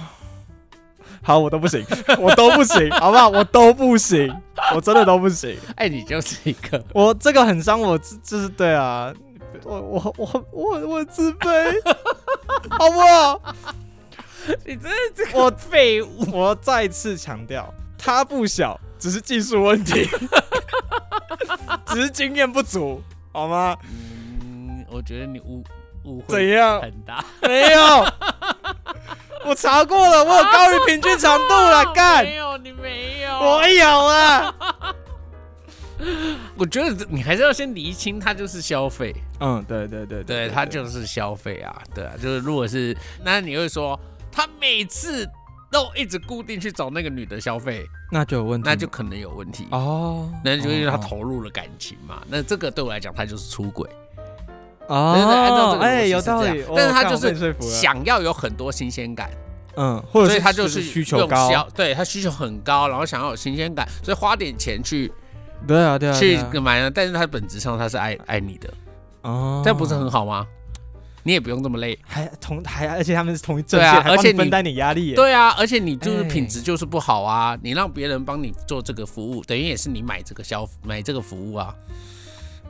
[SPEAKER 1] 好，我都不 行，我都不行，好不好？我都不行，我真的都不行。
[SPEAKER 2] 哎，你就是一个
[SPEAKER 1] 我这个很伤我，自就是对啊，我我我我我自卑，好不好？
[SPEAKER 2] 你真是这
[SPEAKER 1] 我
[SPEAKER 2] 废物。
[SPEAKER 1] 我再次强调，他不小，只是技术问题，只是经验不足，好吗？
[SPEAKER 2] 嗯，我觉得你误误
[SPEAKER 1] 怎
[SPEAKER 2] 会
[SPEAKER 1] 样？
[SPEAKER 2] 很大。
[SPEAKER 1] 没有，我查过了，我有高于平均长度 了，干
[SPEAKER 2] 没，有，你没有。
[SPEAKER 1] 我哎有啊了。
[SPEAKER 2] 我觉得这你还是要先厘清，他就是消费，
[SPEAKER 1] 嗯，对对对
[SPEAKER 2] 对他就是消费啊，对啊，就是如果是那你会说他每次都一直固定去找那个女的消费，
[SPEAKER 1] 那就有问题，
[SPEAKER 2] 那就可能有问题。
[SPEAKER 1] 哦，
[SPEAKER 2] 那就因为他投入了感情嘛，那这个对我来讲，他就是出轨。
[SPEAKER 1] 哦，
[SPEAKER 2] 但是按照这个逻辑
[SPEAKER 1] 哎，
[SPEAKER 2] 是
[SPEAKER 1] 有道
[SPEAKER 2] 这样
[SPEAKER 1] 理，
[SPEAKER 2] 哦但是他
[SPEAKER 1] 我
[SPEAKER 2] 就
[SPEAKER 1] 被你说
[SPEAKER 2] 是
[SPEAKER 1] 服了
[SPEAKER 2] 想要有很多新鲜感，
[SPEAKER 1] 嗯，或者
[SPEAKER 2] 所
[SPEAKER 1] 是
[SPEAKER 2] 以他就
[SPEAKER 1] 啊就是
[SPEAKER 2] 是
[SPEAKER 1] 需求
[SPEAKER 2] 用
[SPEAKER 1] 高，
[SPEAKER 2] 消，对他需求很高，然后想要有新鲜感，所以花点钱去
[SPEAKER 1] 对啊对啊，对
[SPEAKER 2] 去
[SPEAKER 1] 啊
[SPEAKER 2] 买了，但是他本质上他是爱爱你的，
[SPEAKER 1] 哦，
[SPEAKER 2] 这样不是很好吗？你也不用这么累。
[SPEAKER 1] 还同还而且他们是同一阵
[SPEAKER 2] 对
[SPEAKER 1] 线，
[SPEAKER 2] 啊
[SPEAKER 1] 还帮
[SPEAKER 2] 而且
[SPEAKER 1] 你分
[SPEAKER 2] 你
[SPEAKER 1] 担点压力耶，
[SPEAKER 2] 对啊，而且你就是品
[SPEAKER 1] 哎
[SPEAKER 2] 质就是不好啊，你让别人帮你做这个服务，等于也是你买这个消买这个服务啊。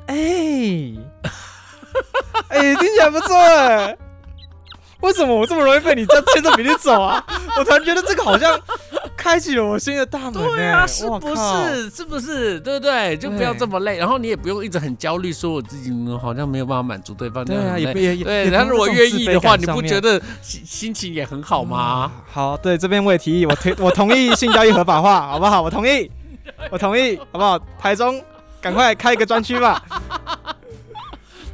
[SPEAKER 1] 哎、 哎、听起来不错哎、为什么我这么容易被你这样牵着鼻子走啊？我突然觉得这个好像开启了我新的大门、欸。
[SPEAKER 2] 对啊，是
[SPEAKER 1] 我
[SPEAKER 2] 不
[SPEAKER 1] 靠？
[SPEAKER 2] 是？是不是？对不对？就不要这么累，然后你也不用一直很焦虑，说我自己嗯好像没有办法满足对方。
[SPEAKER 1] 对
[SPEAKER 2] 这样
[SPEAKER 1] 啊，
[SPEAKER 2] 很
[SPEAKER 1] 也
[SPEAKER 2] 累
[SPEAKER 1] 不也也
[SPEAKER 2] 对，
[SPEAKER 1] 也不
[SPEAKER 2] 他
[SPEAKER 1] 用
[SPEAKER 2] 如果
[SPEAKER 1] 这种
[SPEAKER 2] 愿
[SPEAKER 1] 自
[SPEAKER 2] 意
[SPEAKER 1] 卑
[SPEAKER 2] 的话，
[SPEAKER 1] 感
[SPEAKER 2] 你
[SPEAKER 1] 上
[SPEAKER 2] 不
[SPEAKER 1] 面嗯
[SPEAKER 2] 觉得心心情也很好吗？
[SPEAKER 1] 好，对，这边我也提议，我推我同意性交易合法化，好不好？我同意，我同意，好不好？台中，赶快开一个专区吧。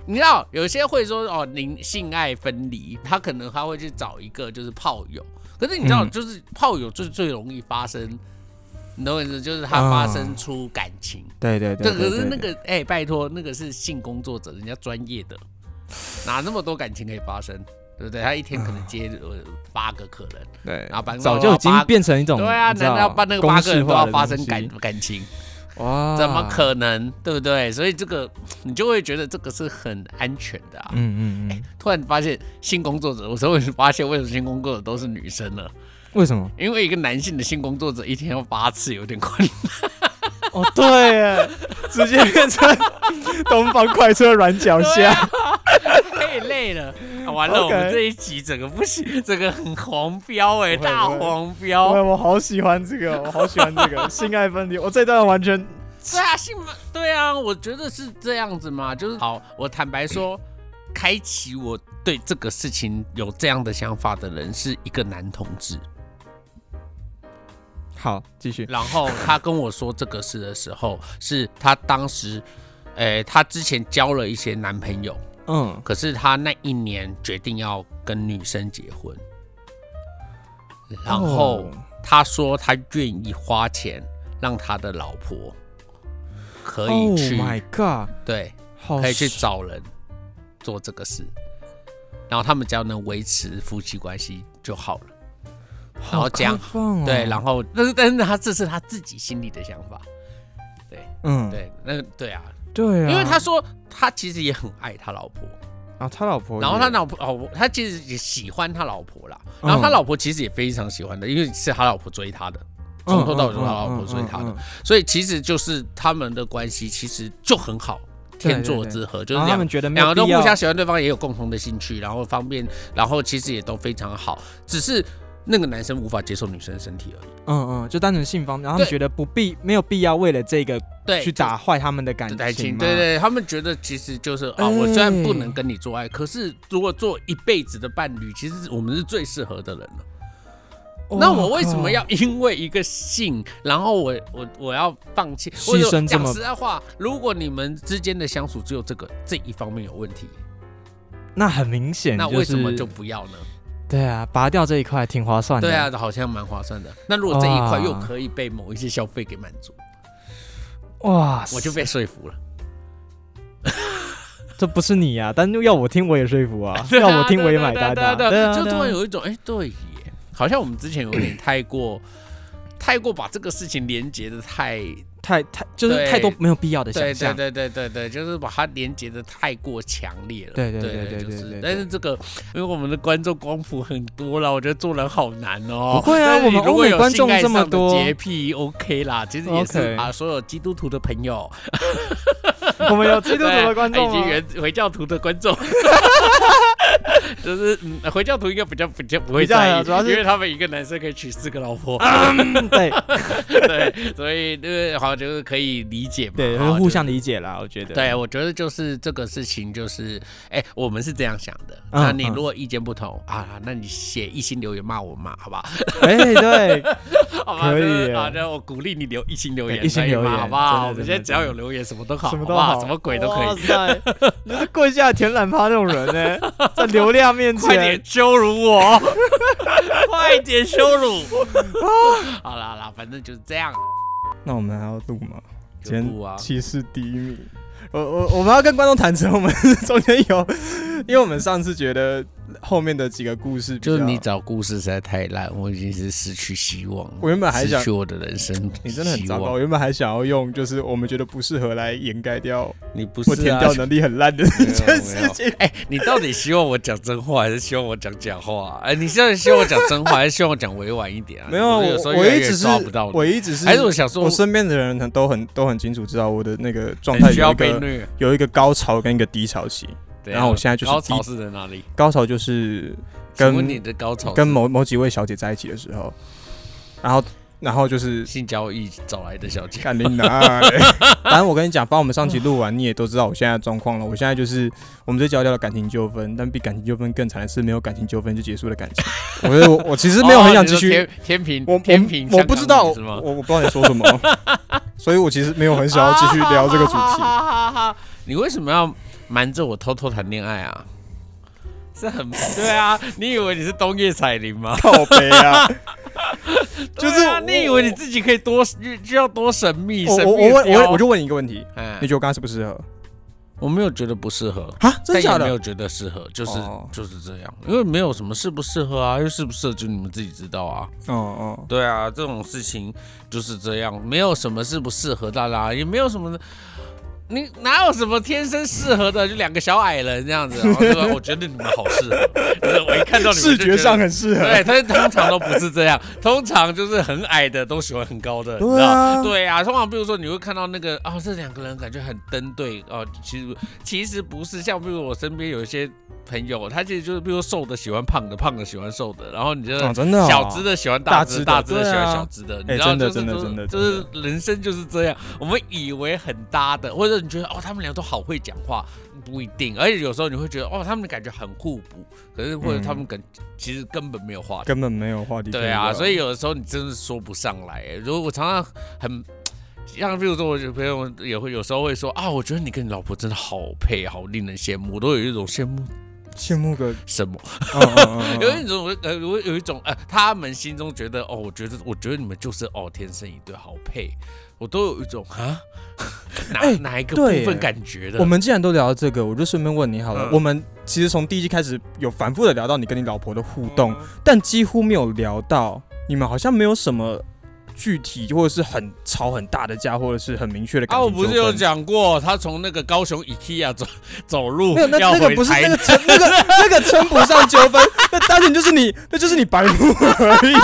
[SPEAKER 2] 你知道有些会说哦，您性爱分离，他可能他会去找一个就是炮友，可是你知道，
[SPEAKER 1] 嗯
[SPEAKER 2] 就是炮友就是最容易发生，你懂我意思？就是他
[SPEAKER 1] 啊
[SPEAKER 2] 发生出感情，
[SPEAKER 1] 对对
[SPEAKER 2] 这可是那个哎、拜托，那个是性工作者，人家专业的，哪那么多感情可以发生？对不对？他一天可能接呃八个可能，
[SPEAKER 1] 对
[SPEAKER 2] 然后把
[SPEAKER 1] 哎早就已经变成一种
[SPEAKER 2] 对啊，
[SPEAKER 1] 你知道
[SPEAKER 2] 难道把那个八个人都要发生
[SPEAKER 1] 公式
[SPEAKER 2] 感
[SPEAKER 1] 化的东
[SPEAKER 2] 感情？
[SPEAKER 1] 西哇？
[SPEAKER 2] 怎么？可能？对不对？所以这个你就会觉得这个是很安全的啊。
[SPEAKER 1] 嗯嗯嗯，
[SPEAKER 2] 突然发现性工作者，我终于发现为什么性工作者都是女生了，
[SPEAKER 1] 为什么？
[SPEAKER 2] 因为一个男性的性工作者一天要八次有点困难。
[SPEAKER 1] 哦，对耶，直接变成东方快车软脚虾。
[SPEAKER 2] 啊太累了，啊完了
[SPEAKER 1] OK
[SPEAKER 2] 我们这一集整个不行，整个很黄标哎、
[SPEAKER 1] 不会
[SPEAKER 2] 大
[SPEAKER 1] 不会
[SPEAKER 2] 黄
[SPEAKER 1] 我
[SPEAKER 2] 标。
[SPEAKER 1] 我 好喜欢这个，我好喜欢这 个性爱分离。我这段完全
[SPEAKER 2] 对啊，性嘛对啊，我觉得是这样子嘛，就是好，我坦白说，开启我对这个事情有这样的想法的人是一个男同志，
[SPEAKER 1] 好，继续。
[SPEAKER 2] 然后他跟我说这个事的时候，是他当时，呃，他之前交了一些男朋友，
[SPEAKER 1] 嗯，
[SPEAKER 2] 可是他那一年决定要跟女生结婚，然后
[SPEAKER 1] 哦
[SPEAKER 2] 他说他愿意花钱让他的老婆可以
[SPEAKER 1] Oh
[SPEAKER 2] 去、
[SPEAKER 1] my god，
[SPEAKER 2] 对，
[SPEAKER 1] 好
[SPEAKER 2] 可以去找人做这个事，然后他们只要能维持夫妻关系就好了。然
[SPEAKER 1] 好
[SPEAKER 2] 后讲
[SPEAKER 1] 开放哦
[SPEAKER 2] 对，然后但是但是他这是他自己心里的想法，
[SPEAKER 1] 嗯，
[SPEAKER 2] 对，那对啊，
[SPEAKER 1] 对啊，
[SPEAKER 2] 因为他说他其实也很爱他老婆，
[SPEAKER 1] 啊，他老婆也，
[SPEAKER 2] 然后他老婆哦，他其实也喜欢他老婆啦，
[SPEAKER 1] 嗯
[SPEAKER 2] 然后他老婆其实也非常喜欢的，因为是他老婆追他的，从
[SPEAKER 1] 嗯
[SPEAKER 2] 头到尾都是他老婆追他的
[SPEAKER 1] 嗯，嗯嗯嗯嗯
[SPEAKER 2] 所以其实就是他们的关系其实就很好，天作之合，就
[SPEAKER 1] 然后
[SPEAKER 2] 是两
[SPEAKER 1] 他们觉得没
[SPEAKER 2] 两
[SPEAKER 1] 有
[SPEAKER 2] 个都
[SPEAKER 1] 必
[SPEAKER 2] 互
[SPEAKER 1] 要
[SPEAKER 2] 相喜欢对方，也有共同的兴趣，然后方便，然后其实也都非常好，只是那个男生无法接受女生的身体而已。
[SPEAKER 1] 嗯嗯，就单纯性方面，然后他们
[SPEAKER 2] 对
[SPEAKER 1] 觉得不必没有必要为了这个
[SPEAKER 2] 对，
[SPEAKER 1] 去打坏他们的感
[SPEAKER 2] 就
[SPEAKER 1] 情嘛，
[SPEAKER 2] 感情，对对，他们觉得其实就是啊，
[SPEAKER 1] 哎
[SPEAKER 2] 我虽然不能跟你做爱，可是如果做一辈子的伴侣，其实我们是最适合的人了。
[SPEAKER 1] 哦
[SPEAKER 2] 那我为什么要因为一个性，然后我我我要放弃？
[SPEAKER 1] 牺
[SPEAKER 2] 或者
[SPEAKER 1] 牲这
[SPEAKER 2] 讲
[SPEAKER 1] 么
[SPEAKER 2] 实在话，如果你们之间的相处只有这个这一方面有问题，
[SPEAKER 1] 那很明显、哎就
[SPEAKER 2] 那
[SPEAKER 1] 是，
[SPEAKER 2] 为什么就不要呢？
[SPEAKER 1] 对啊？拔掉这一块挺划算的。
[SPEAKER 2] 对啊，，好像蛮划算的。那如果这一
[SPEAKER 1] 哇
[SPEAKER 2] 块又可以被某一些消费给满足，
[SPEAKER 1] 哇塞，
[SPEAKER 2] 我就被说服了。
[SPEAKER 1] 这不是你啊，但要我听我也说服啊，
[SPEAKER 2] 对啊
[SPEAKER 1] 要我听我也
[SPEAKER 2] 对啊
[SPEAKER 1] 买单
[SPEAKER 2] 对啊对啊
[SPEAKER 1] 对啊，
[SPEAKER 2] 就
[SPEAKER 1] 对啊
[SPEAKER 2] 突然有一种哎、对耶，好像我们之前有点太过。太过把这个事情连接的太，
[SPEAKER 1] 太太就是
[SPEAKER 2] 对
[SPEAKER 1] 太多没有必要的想
[SPEAKER 2] 对对
[SPEAKER 1] 象。
[SPEAKER 2] 对对对对，就是把它连接的太过强烈了。
[SPEAKER 1] 对对
[SPEAKER 2] 对
[SPEAKER 1] 对对
[SPEAKER 2] 就
[SPEAKER 1] 对
[SPEAKER 2] 是
[SPEAKER 1] 对对
[SPEAKER 2] 但是这个，因为我们的观众光谱很多了，我觉得做人好难哦。
[SPEAKER 1] 不会啊
[SPEAKER 2] 但是
[SPEAKER 1] 我们
[SPEAKER 2] 你如果
[SPEAKER 1] 欧美
[SPEAKER 2] 有
[SPEAKER 1] 观众
[SPEAKER 2] 性爱
[SPEAKER 1] 这么
[SPEAKER 2] 上的
[SPEAKER 1] 多
[SPEAKER 2] 洁癖 OK 啦，其实也是
[SPEAKER 1] OK
[SPEAKER 2] 啊，所有基督徒的朋友，
[SPEAKER 1] 我们有基督徒的观众啊
[SPEAKER 2] 对啊以及
[SPEAKER 1] 吗？
[SPEAKER 2] 原回教徒的 观众。就是嗯，回教徒应该比较比较不会
[SPEAKER 1] 比较
[SPEAKER 2] 在意，
[SPEAKER 1] 主要是
[SPEAKER 2] 因为他们一个男生可以娶四个老 婆，
[SPEAKER 1] 嗯对
[SPEAKER 2] 对，所以呃，好就是可以理解嘛，
[SPEAKER 1] 对，互。
[SPEAKER 2] 好哦就
[SPEAKER 1] 相理解啦，我觉得。
[SPEAKER 2] 对，我觉得就是这个事情，就是哎、我们是这样想的。
[SPEAKER 1] 嗯
[SPEAKER 2] 那你
[SPEAKER 1] 嗯
[SPEAKER 2] 如果意见不同、啊，那你写一心留言骂我嘛，好吧？
[SPEAKER 1] 哎 对，
[SPEAKER 2] 好吧，
[SPEAKER 1] 可以
[SPEAKER 2] 就是
[SPEAKER 1] 耶
[SPEAKER 2] 好的，我鼓励你留一心留言，
[SPEAKER 1] 对一心
[SPEAKER 2] 可以
[SPEAKER 1] 留
[SPEAKER 2] 吗
[SPEAKER 1] 言
[SPEAKER 2] 好不好？我
[SPEAKER 1] 真的真的
[SPEAKER 2] 们现在只
[SPEAKER 1] 真的
[SPEAKER 2] 要有留言，什么都好，
[SPEAKER 1] 什么
[SPEAKER 2] 好
[SPEAKER 1] 都
[SPEAKER 2] 不
[SPEAKER 1] 好，
[SPEAKER 2] 好什么鬼都可
[SPEAKER 1] 哇
[SPEAKER 2] 以，
[SPEAKER 1] 塞，你是跪下舔懒趴那种人呢、 在流量面
[SPEAKER 2] 快点
[SPEAKER 1] 前，
[SPEAKER 2] 羞 辱我，快点羞辱！
[SPEAKER 1] 啊
[SPEAKER 2] 好啦好啦，反正就是这样，
[SPEAKER 1] 那我们还要录吗？
[SPEAKER 2] 就录啊。
[SPEAKER 1] 骑士第一名。我我我们要跟观众坦诚，我们中间有，因为我们上次觉得后面的几个故事比较，
[SPEAKER 2] 就是你找故事实在太烂，我已经是失去希望了。
[SPEAKER 1] 我原本还想
[SPEAKER 2] 失去我的人生希望，
[SPEAKER 1] 你真的很糟糕。我原本还想要用，就是我们觉得不适合来掩盖掉
[SPEAKER 2] 你不
[SPEAKER 1] 我
[SPEAKER 2] 是
[SPEAKER 1] 填
[SPEAKER 2] 啊
[SPEAKER 1] 掉能力很烂的这件事情。
[SPEAKER 2] 哎、 你到底希望我讲真话，还是希望我讲假话、啊？哎、你到底希望我讲 真话，还是希望我讲委婉一点啊？
[SPEAKER 1] 没有啊，
[SPEAKER 2] 我有
[SPEAKER 1] 我
[SPEAKER 2] 时候
[SPEAKER 1] 我
[SPEAKER 2] 越来
[SPEAKER 1] 一
[SPEAKER 2] 越
[SPEAKER 1] 直是
[SPEAKER 2] 抓不到
[SPEAKER 1] 我
[SPEAKER 2] 你，
[SPEAKER 1] 一直是，
[SPEAKER 2] 还是我想说，哎
[SPEAKER 1] 我身边的人都很都很清楚知道我的那个状态
[SPEAKER 2] 很需
[SPEAKER 1] 有
[SPEAKER 2] 要
[SPEAKER 1] 一
[SPEAKER 2] 被
[SPEAKER 1] 个
[SPEAKER 2] 虐。
[SPEAKER 1] 有一个高潮跟一个低潮期。
[SPEAKER 2] 对啊
[SPEAKER 1] 然后我现在就是
[SPEAKER 2] 高潮是在哪里？
[SPEAKER 1] 高潮就是
[SPEAKER 2] 跟
[SPEAKER 1] 跟
[SPEAKER 2] 问你的高潮是
[SPEAKER 1] 跟某某几位小姐在一起的时候，然后然后就是
[SPEAKER 2] 性交易找来的小姐，
[SPEAKER 1] 干你 奶！反正我跟你讲，把我们上期录完，你也都知道我现在的状况了。我现在就是我们这聊聊了感情纠纷，但比感情纠纷更惨的是没有感情纠纷就结束了感 情。我觉得我我其实没有很想继续，
[SPEAKER 2] 哦你说天天平，
[SPEAKER 1] 我
[SPEAKER 2] 天平
[SPEAKER 1] 我我不知道，我
[SPEAKER 2] 是吗？
[SPEAKER 1] 我不知道你说什么， 所以我其实没有很想要继续聊这个主 题。
[SPEAKER 2] 题。你为什么要瞒着我偷偷谈恋爱啊？这很 对啊！你以为你是冬叶彩铃吗？
[SPEAKER 1] 靠北啊！ 就是
[SPEAKER 2] 对啊
[SPEAKER 1] 我
[SPEAKER 2] 你以为你自己可以多需要多神秘？
[SPEAKER 1] 我
[SPEAKER 2] 神
[SPEAKER 1] 我
[SPEAKER 2] 秘
[SPEAKER 1] 我问我
[SPEAKER 2] 的雕
[SPEAKER 1] 问我就问你一个问题，
[SPEAKER 2] 哎
[SPEAKER 1] 你觉得我刚刚适不适合？
[SPEAKER 2] 我没有觉得不适合，
[SPEAKER 1] 啊，真的
[SPEAKER 2] 但
[SPEAKER 1] 假
[SPEAKER 2] 也没
[SPEAKER 1] 的
[SPEAKER 2] 有？觉得适合，就是
[SPEAKER 1] 哦
[SPEAKER 2] 就是这样，因为没有什么适不适合啊，因为适不适合就你们自己知道啊。
[SPEAKER 1] 哦哦，
[SPEAKER 2] 对啊，这种事情就是这样，没有什么适不适合大家，也没有什么。你哪有什么天生适合的？就两个小矮人这样子，然后就说我觉得你们好适合， 就是我一看到你们
[SPEAKER 1] 视
[SPEAKER 2] 就觉
[SPEAKER 1] 觉
[SPEAKER 2] 得
[SPEAKER 1] 上很适合。
[SPEAKER 2] 对，但是通常都不是这样，通常就是很矮的都喜欢很高的，你知
[SPEAKER 1] 对啊
[SPEAKER 2] 道？对啊，通常比如说你会看到那个啊、这两个人感觉很登对哦、其实其实不是，像比如我身边有一些朋友，他其实就是比如说瘦的喜欢胖的，胖的喜欢瘦的，然后你就
[SPEAKER 1] 哦，真的哦
[SPEAKER 2] 小只的喜欢大只，
[SPEAKER 1] 大
[SPEAKER 2] 大
[SPEAKER 1] 只
[SPEAKER 2] 只的
[SPEAKER 1] 的
[SPEAKER 2] 喜欢
[SPEAKER 1] 对啊
[SPEAKER 2] 小只的，你
[SPEAKER 1] 哎
[SPEAKER 2] 知道，
[SPEAKER 1] 真的
[SPEAKER 2] 就是
[SPEAKER 1] 真的
[SPEAKER 2] 就是
[SPEAKER 1] 真的
[SPEAKER 2] 就是人生就是这样。我们以为很搭的，或者你觉得哦，他们俩都好会讲话，不一定。而且有时候你会觉得哦，他们感觉很互补，可是或者
[SPEAKER 1] 嗯
[SPEAKER 2] 他们感其实根本没有话题。
[SPEAKER 1] 根本没有话题可以
[SPEAKER 2] 对
[SPEAKER 1] 聊。
[SPEAKER 2] 啊，所以有的时候你真的说不上来。哎如果我常常很。嗯像比如说，我有朋友也会有时候会说啊，我觉得你跟你老婆真的好配，好令人羡慕，我都有一种羡慕
[SPEAKER 1] 羡慕 个，
[SPEAKER 2] 什么
[SPEAKER 1] 嗯嗯嗯嗯
[SPEAKER 2] 有一 种呃，有有一种呃，他们心中觉得哦，我觉得我觉得你们就是哦，天生一对，好配。我都有一种啊， 哪、
[SPEAKER 1] 哎
[SPEAKER 2] 哪一个
[SPEAKER 1] 对
[SPEAKER 2] 部分感觉的？
[SPEAKER 1] 我们既然都聊到这个，我就顺便问你好了。
[SPEAKER 2] 嗯
[SPEAKER 1] 我们其实从第一季开始有反复的聊到你跟你老婆的互
[SPEAKER 2] 嗯
[SPEAKER 1] 动，但几乎没有聊到你们好像没有什么具体或者是很吵很大的架，或者是很明确的感
[SPEAKER 2] 啊，
[SPEAKER 1] 情
[SPEAKER 2] 我不是有
[SPEAKER 1] 纠纷
[SPEAKER 2] 讲过，他从那个高雄 IKEA 走 走路
[SPEAKER 1] 没有，那
[SPEAKER 2] 要
[SPEAKER 1] 那个
[SPEAKER 2] 回
[SPEAKER 1] 不是
[SPEAKER 2] 台
[SPEAKER 1] 那
[SPEAKER 2] 南
[SPEAKER 1] 个称那个那个称不上纠纷，那单纯就是你，那就是你白目而已。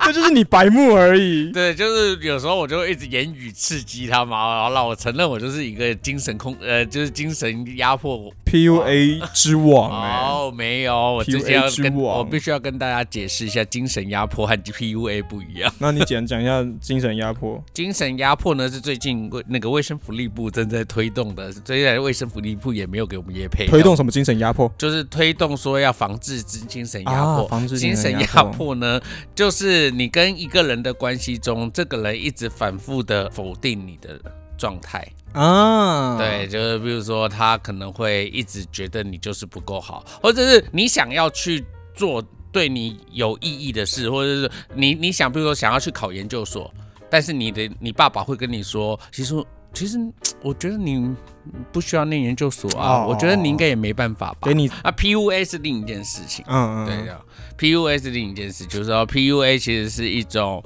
[SPEAKER 1] 这就是你白目而已。
[SPEAKER 2] 对，就是有时候我就会一直言语刺激他嘛，然后让我承认我就是一个精神控，呃，就是精神压迫。
[SPEAKER 1] PUA 之王哎、
[SPEAKER 2] 哦，没有，我之前
[SPEAKER 1] PUA
[SPEAKER 2] 要
[SPEAKER 1] 之
[SPEAKER 2] 跟
[SPEAKER 1] 王
[SPEAKER 2] 我必须要跟大家解释一下，精神压迫和 PUA 不一样。
[SPEAKER 1] 哎那你简讲一下精神压迫。
[SPEAKER 2] 精神压迫呢是最近卫那个卫生福利部正在推动的，虽然卫生福利部也没有给我们业配啊
[SPEAKER 1] 推动什么精神压迫？
[SPEAKER 2] 就是推动说要防治精精神压
[SPEAKER 1] 啊
[SPEAKER 2] 迫，
[SPEAKER 1] 防治精
[SPEAKER 2] 精
[SPEAKER 1] 神
[SPEAKER 2] 神
[SPEAKER 1] 压
[SPEAKER 2] 压
[SPEAKER 1] 迫
[SPEAKER 2] 迫呢，就是你跟一个人的关系中，这个人一直反复的否定你的状态。
[SPEAKER 3] 嗯
[SPEAKER 1] 啊，
[SPEAKER 2] 对，，就是比如说他可能会一直觉得你就是不够好，或者是你想要去做对你有意义的事，或者是你你想，比如说想要去考研究所，但是你的你爸爸会跟你说，其实其实我觉得你不需要念研究所啊，
[SPEAKER 1] 哦
[SPEAKER 2] 我觉得你应该也没办法吧
[SPEAKER 1] 给。你，
[SPEAKER 2] 啊，PUA 是另一件事情。
[SPEAKER 1] 嗯嗯，
[SPEAKER 2] 对的，PUA 是另一件事，就是说 PUA 其实是一种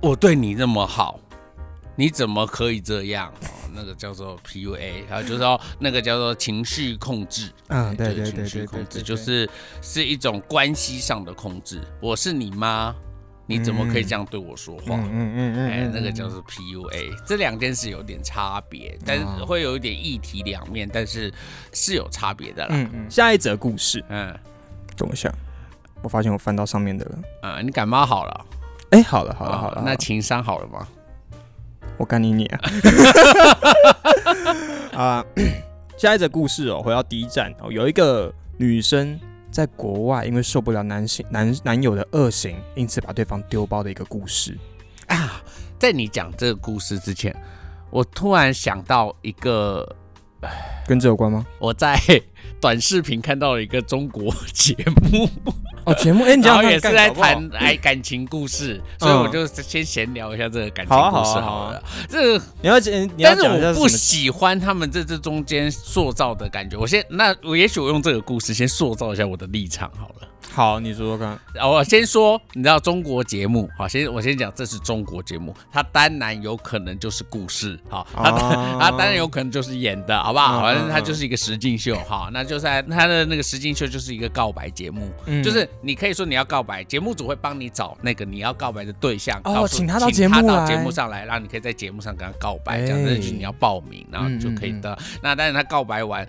[SPEAKER 2] 我对你那么好，你怎么可以这样？哦， 那个叫做 PUA，还有就是说那个叫做情绪控制。
[SPEAKER 1] 嗯，对
[SPEAKER 2] 就
[SPEAKER 1] 对
[SPEAKER 2] 是情
[SPEAKER 1] 对
[SPEAKER 2] 绪
[SPEAKER 1] 对
[SPEAKER 2] 控
[SPEAKER 1] 对
[SPEAKER 2] 制
[SPEAKER 1] 对，
[SPEAKER 2] 就是是一种关系上的控制。我是你妈，你怎么可以这样对我说话？
[SPEAKER 1] 嗯嗯嗯嗯，
[SPEAKER 2] 哎，那个
[SPEAKER 1] 嗯
[SPEAKER 2] 叫做 PUA，这两件事有点差别，但是
[SPEAKER 1] 哦
[SPEAKER 2] 会有一点一体两面，但是是有差别的啦。
[SPEAKER 1] 嗯嗯。下一则故事，
[SPEAKER 2] 嗯，
[SPEAKER 1] 等我一下，我发现我翻到上面的了。
[SPEAKER 2] 啊，你感冒好了，
[SPEAKER 1] 哎，好了好了好了，
[SPEAKER 2] 啊哦那
[SPEAKER 1] 那
[SPEAKER 2] 情商好了吗？
[SPEAKER 1] 我干你你啊！啊，下一则故事哦，回到第一站哦，有一个女生在国外因为受不了男性男男友的恶行，因此把对方丢包的一个故事。
[SPEAKER 2] 啊，在你讲这个故事之前，我突然想到一个，
[SPEAKER 1] 跟这有关吗？
[SPEAKER 2] 我在短视频看到了一个中国节 目，
[SPEAKER 1] 哦，节目哎、你这样
[SPEAKER 2] 然后
[SPEAKER 1] 看
[SPEAKER 2] 也是
[SPEAKER 1] 干
[SPEAKER 2] 在
[SPEAKER 1] 搞不好
[SPEAKER 2] 谈哎感情故事，所以我就先闲聊一下这个感情
[SPEAKER 1] 好啊
[SPEAKER 2] 故事
[SPEAKER 1] 好啊
[SPEAKER 2] 好
[SPEAKER 1] 好
[SPEAKER 2] 了。这个，
[SPEAKER 1] 你要讲，你要
[SPEAKER 2] 但是
[SPEAKER 1] 讲一下
[SPEAKER 2] 我
[SPEAKER 1] 是
[SPEAKER 2] 不
[SPEAKER 1] 什么？
[SPEAKER 2] 喜欢他们在这中间塑造的感觉。我先，那我也许我用这个故事先塑造一下我的立场好了。
[SPEAKER 1] 好，你说说看。
[SPEAKER 2] 然后我先说，你知道中国节目，好，先我先讲，这是中国节目，它当然有可能就是故事，好，它、
[SPEAKER 1] 啊
[SPEAKER 2] 它当然有可能就是演的，好不
[SPEAKER 1] 嗯
[SPEAKER 2] 好？
[SPEAKER 1] 嗯
[SPEAKER 2] 反正它就是一个实境秀，好，那就是它的那个实境秀就是一个告白节目，
[SPEAKER 1] 嗯
[SPEAKER 2] 就是你可以说你要告白，节目组会帮你找那个你要告白的对象，
[SPEAKER 1] 哦
[SPEAKER 2] 告诉
[SPEAKER 1] 请
[SPEAKER 2] 请
[SPEAKER 1] 他到节目
[SPEAKER 2] 他到
[SPEAKER 1] 来
[SPEAKER 2] 节目上来，然后你可以在节目上跟他告白，
[SPEAKER 1] 哎
[SPEAKER 2] 这样子就是你要报名，然后你就可以
[SPEAKER 1] 嗯嗯嗯
[SPEAKER 2] 得。那当然他告白完，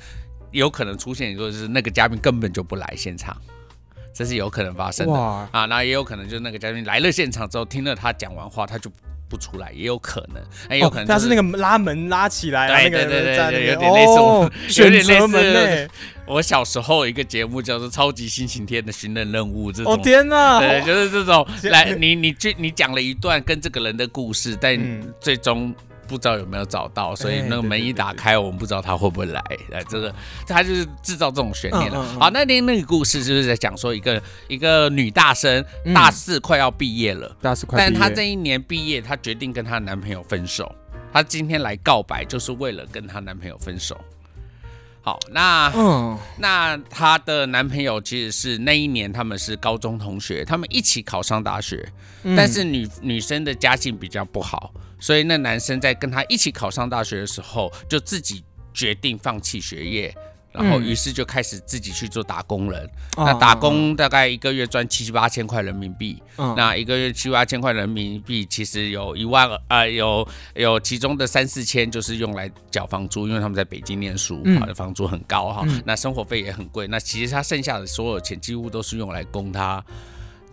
[SPEAKER 2] 有可能出现就是那个嘉宾根本就不来现场。这是有可能发生的，
[SPEAKER 1] 哇，
[SPEAKER 2] 啊，那也有可能就是那个嘉宾来了现场之后，听了他讲完话，他就不出来，也有可能，那也有可能、
[SPEAKER 1] 哦他是那
[SPEAKER 2] 个。
[SPEAKER 1] 个拉门拉起来，那
[SPEAKER 2] 对
[SPEAKER 1] 个
[SPEAKER 2] 对对对
[SPEAKER 1] 在那个
[SPEAKER 2] 对有点类似我
[SPEAKER 1] 哦选
[SPEAKER 2] 有点类
[SPEAKER 1] 择
[SPEAKER 2] 似
[SPEAKER 1] 门嘞。
[SPEAKER 2] 我小时候有一个节目叫做《超级星期天的寻人任务》这种。
[SPEAKER 1] 哦天哪，
[SPEAKER 2] 对，就是这 种
[SPEAKER 1] 天，
[SPEAKER 2] 来，你你去，你讲了一段跟这个人的故事，但
[SPEAKER 1] 嗯
[SPEAKER 2] 最终不知道有没有找到，所以
[SPEAKER 1] 哎
[SPEAKER 2] 那个
[SPEAKER 1] 对
[SPEAKER 2] 门
[SPEAKER 1] 对对
[SPEAKER 2] 一打
[SPEAKER 1] 对
[SPEAKER 2] 开，我们不知道他会不会来。哎，这个他就是制造这种悬念了。
[SPEAKER 1] 嗯嗯嗯
[SPEAKER 2] 好，那天那个故事就是在讲说一个一个女大生
[SPEAKER 1] 嗯，
[SPEAKER 2] 大四快要毕业了，
[SPEAKER 1] 大四快
[SPEAKER 2] 但
[SPEAKER 1] 毕业
[SPEAKER 2] 她这一年毕业，她决定跟她男朋友分手。她今天来告白，就是为了跟她男朋友分手。好，那
[SPEAKER 1] 嗯
[SPEAKER 2] 那她的男朋友其实是那一年他们是高中同学，他们一起考上大学，
[SPEAKER 1] 嗯
[SPEAKER 2] 但是女女生的家境比较不好，所以那男生在跟她一起考上大学的时候，就自己决定放弃学业。然后，
[SPEAKER 1] 嗯
[SPEAKER 2] 于是就开始自己去做打工人。
[SPEAKER 1] 哦
[SPEAKER 2] 那打
[SPEAKER 1] 哦
[SPEAKER 2] 工大概一个月赚七八千块人民币，
[SPEAKER 1] 嗯
[SPEAKER 2] 那一个月七八千块人民币，其实有一万呃有有其中的三四千就是用来缴房租，因为他们在北京念书，
[SPEAKER 1] 嗯
[SPEAKER 2] 好的房租很高哈，那生活费也很贵。那其实他剩下的所有钱几乎都是用来供他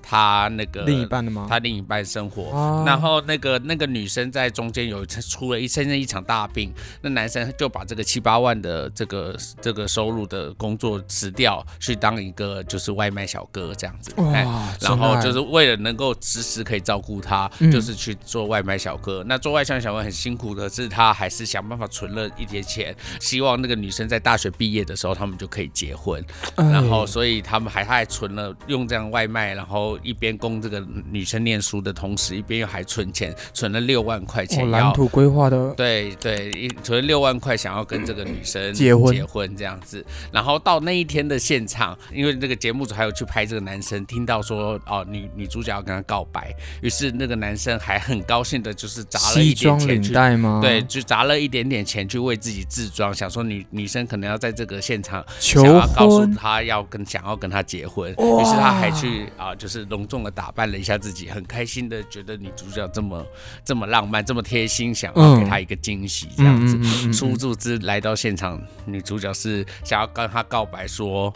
[SPEAKER 2] 他那个
[SPEAKER 1] 另一半的吗？
[SPEAKER 2] 他另一半生活。
[SPEAKER 1] 哦
[SPEAKER 2] 然后那个那个女生在中间有出了一生了一场大病，那男生就把这个七八万的这个这个收入的工作辞掉，去当一个就是外卖小哥这样子。哎
[SPEAKER 1] 哇，
[SPEAKER 2] 然后
[SPEAKER 1] 真爱
[SPEAKER 2] 就是为了能够时时可以照顾他，
[SPEAKER 1] 嗯
[SPEAKER 2] 就是去做外卖小哥。那做外卖小哥很辛苦的是，他还是想办法存了一点钱，希望那个女生在大学毕业的时候，他们就可以结婚。哎
[SPEAKER 1] 哎
[SPEAKER 2] 然后，所以他们还他还存了用这样外卖，然后一边供这个女生念书的同时，一边又还存钱，存了六万块
[SPEAKER 1] 哎哦
[SPEAKER 2] 钱
[SPEAKER 1] 蓝
[SPEAKER 2] 要。
[SPEAKER 1] 图规划的
[SPEAKER 2] 对对，一存了六万块，想要跟这个女生
[SPEAKER 1] 结婚
[SPEAKER 2] 结婚这样子。然后到那一天的现场，因为那个节目组还有去拍这个男生，听到说哦女女主角要跟他告白，于是那个男生还很高兴的，就是砸了
[SPEAKER 1] 西
[SPEAKER 2] 一点
[SPEAKER 1] 装
[SPEAKER 2] 钱
[SPEAKER 1] 领
[SPEAKER 2] 去。
[SPEAKER 1] 带吗？
[SPEAKER 2] 对，，就砸了一点点钱去为自己自装，想说女女生可能要在这个现场
[SPEAKER 1] 求
[SPEAKER 2] 想要告诉
[SPEAKER 1] 婚
[SPEAKER 2] 他要跟想要跟他结婚，
[SPEAKER 1] 哇
[SPEAKER 2] 于是他还去啊、就是就是隆重的打扮了一下自己，很开心的觉得女主角这么这么浪漫，这么贴心，想要给她一个惊喜这样
[SPEAKER 1] 嗯
[SPEAKER 2] 子。出柱之来到现场，女主角是想要跟他告白说，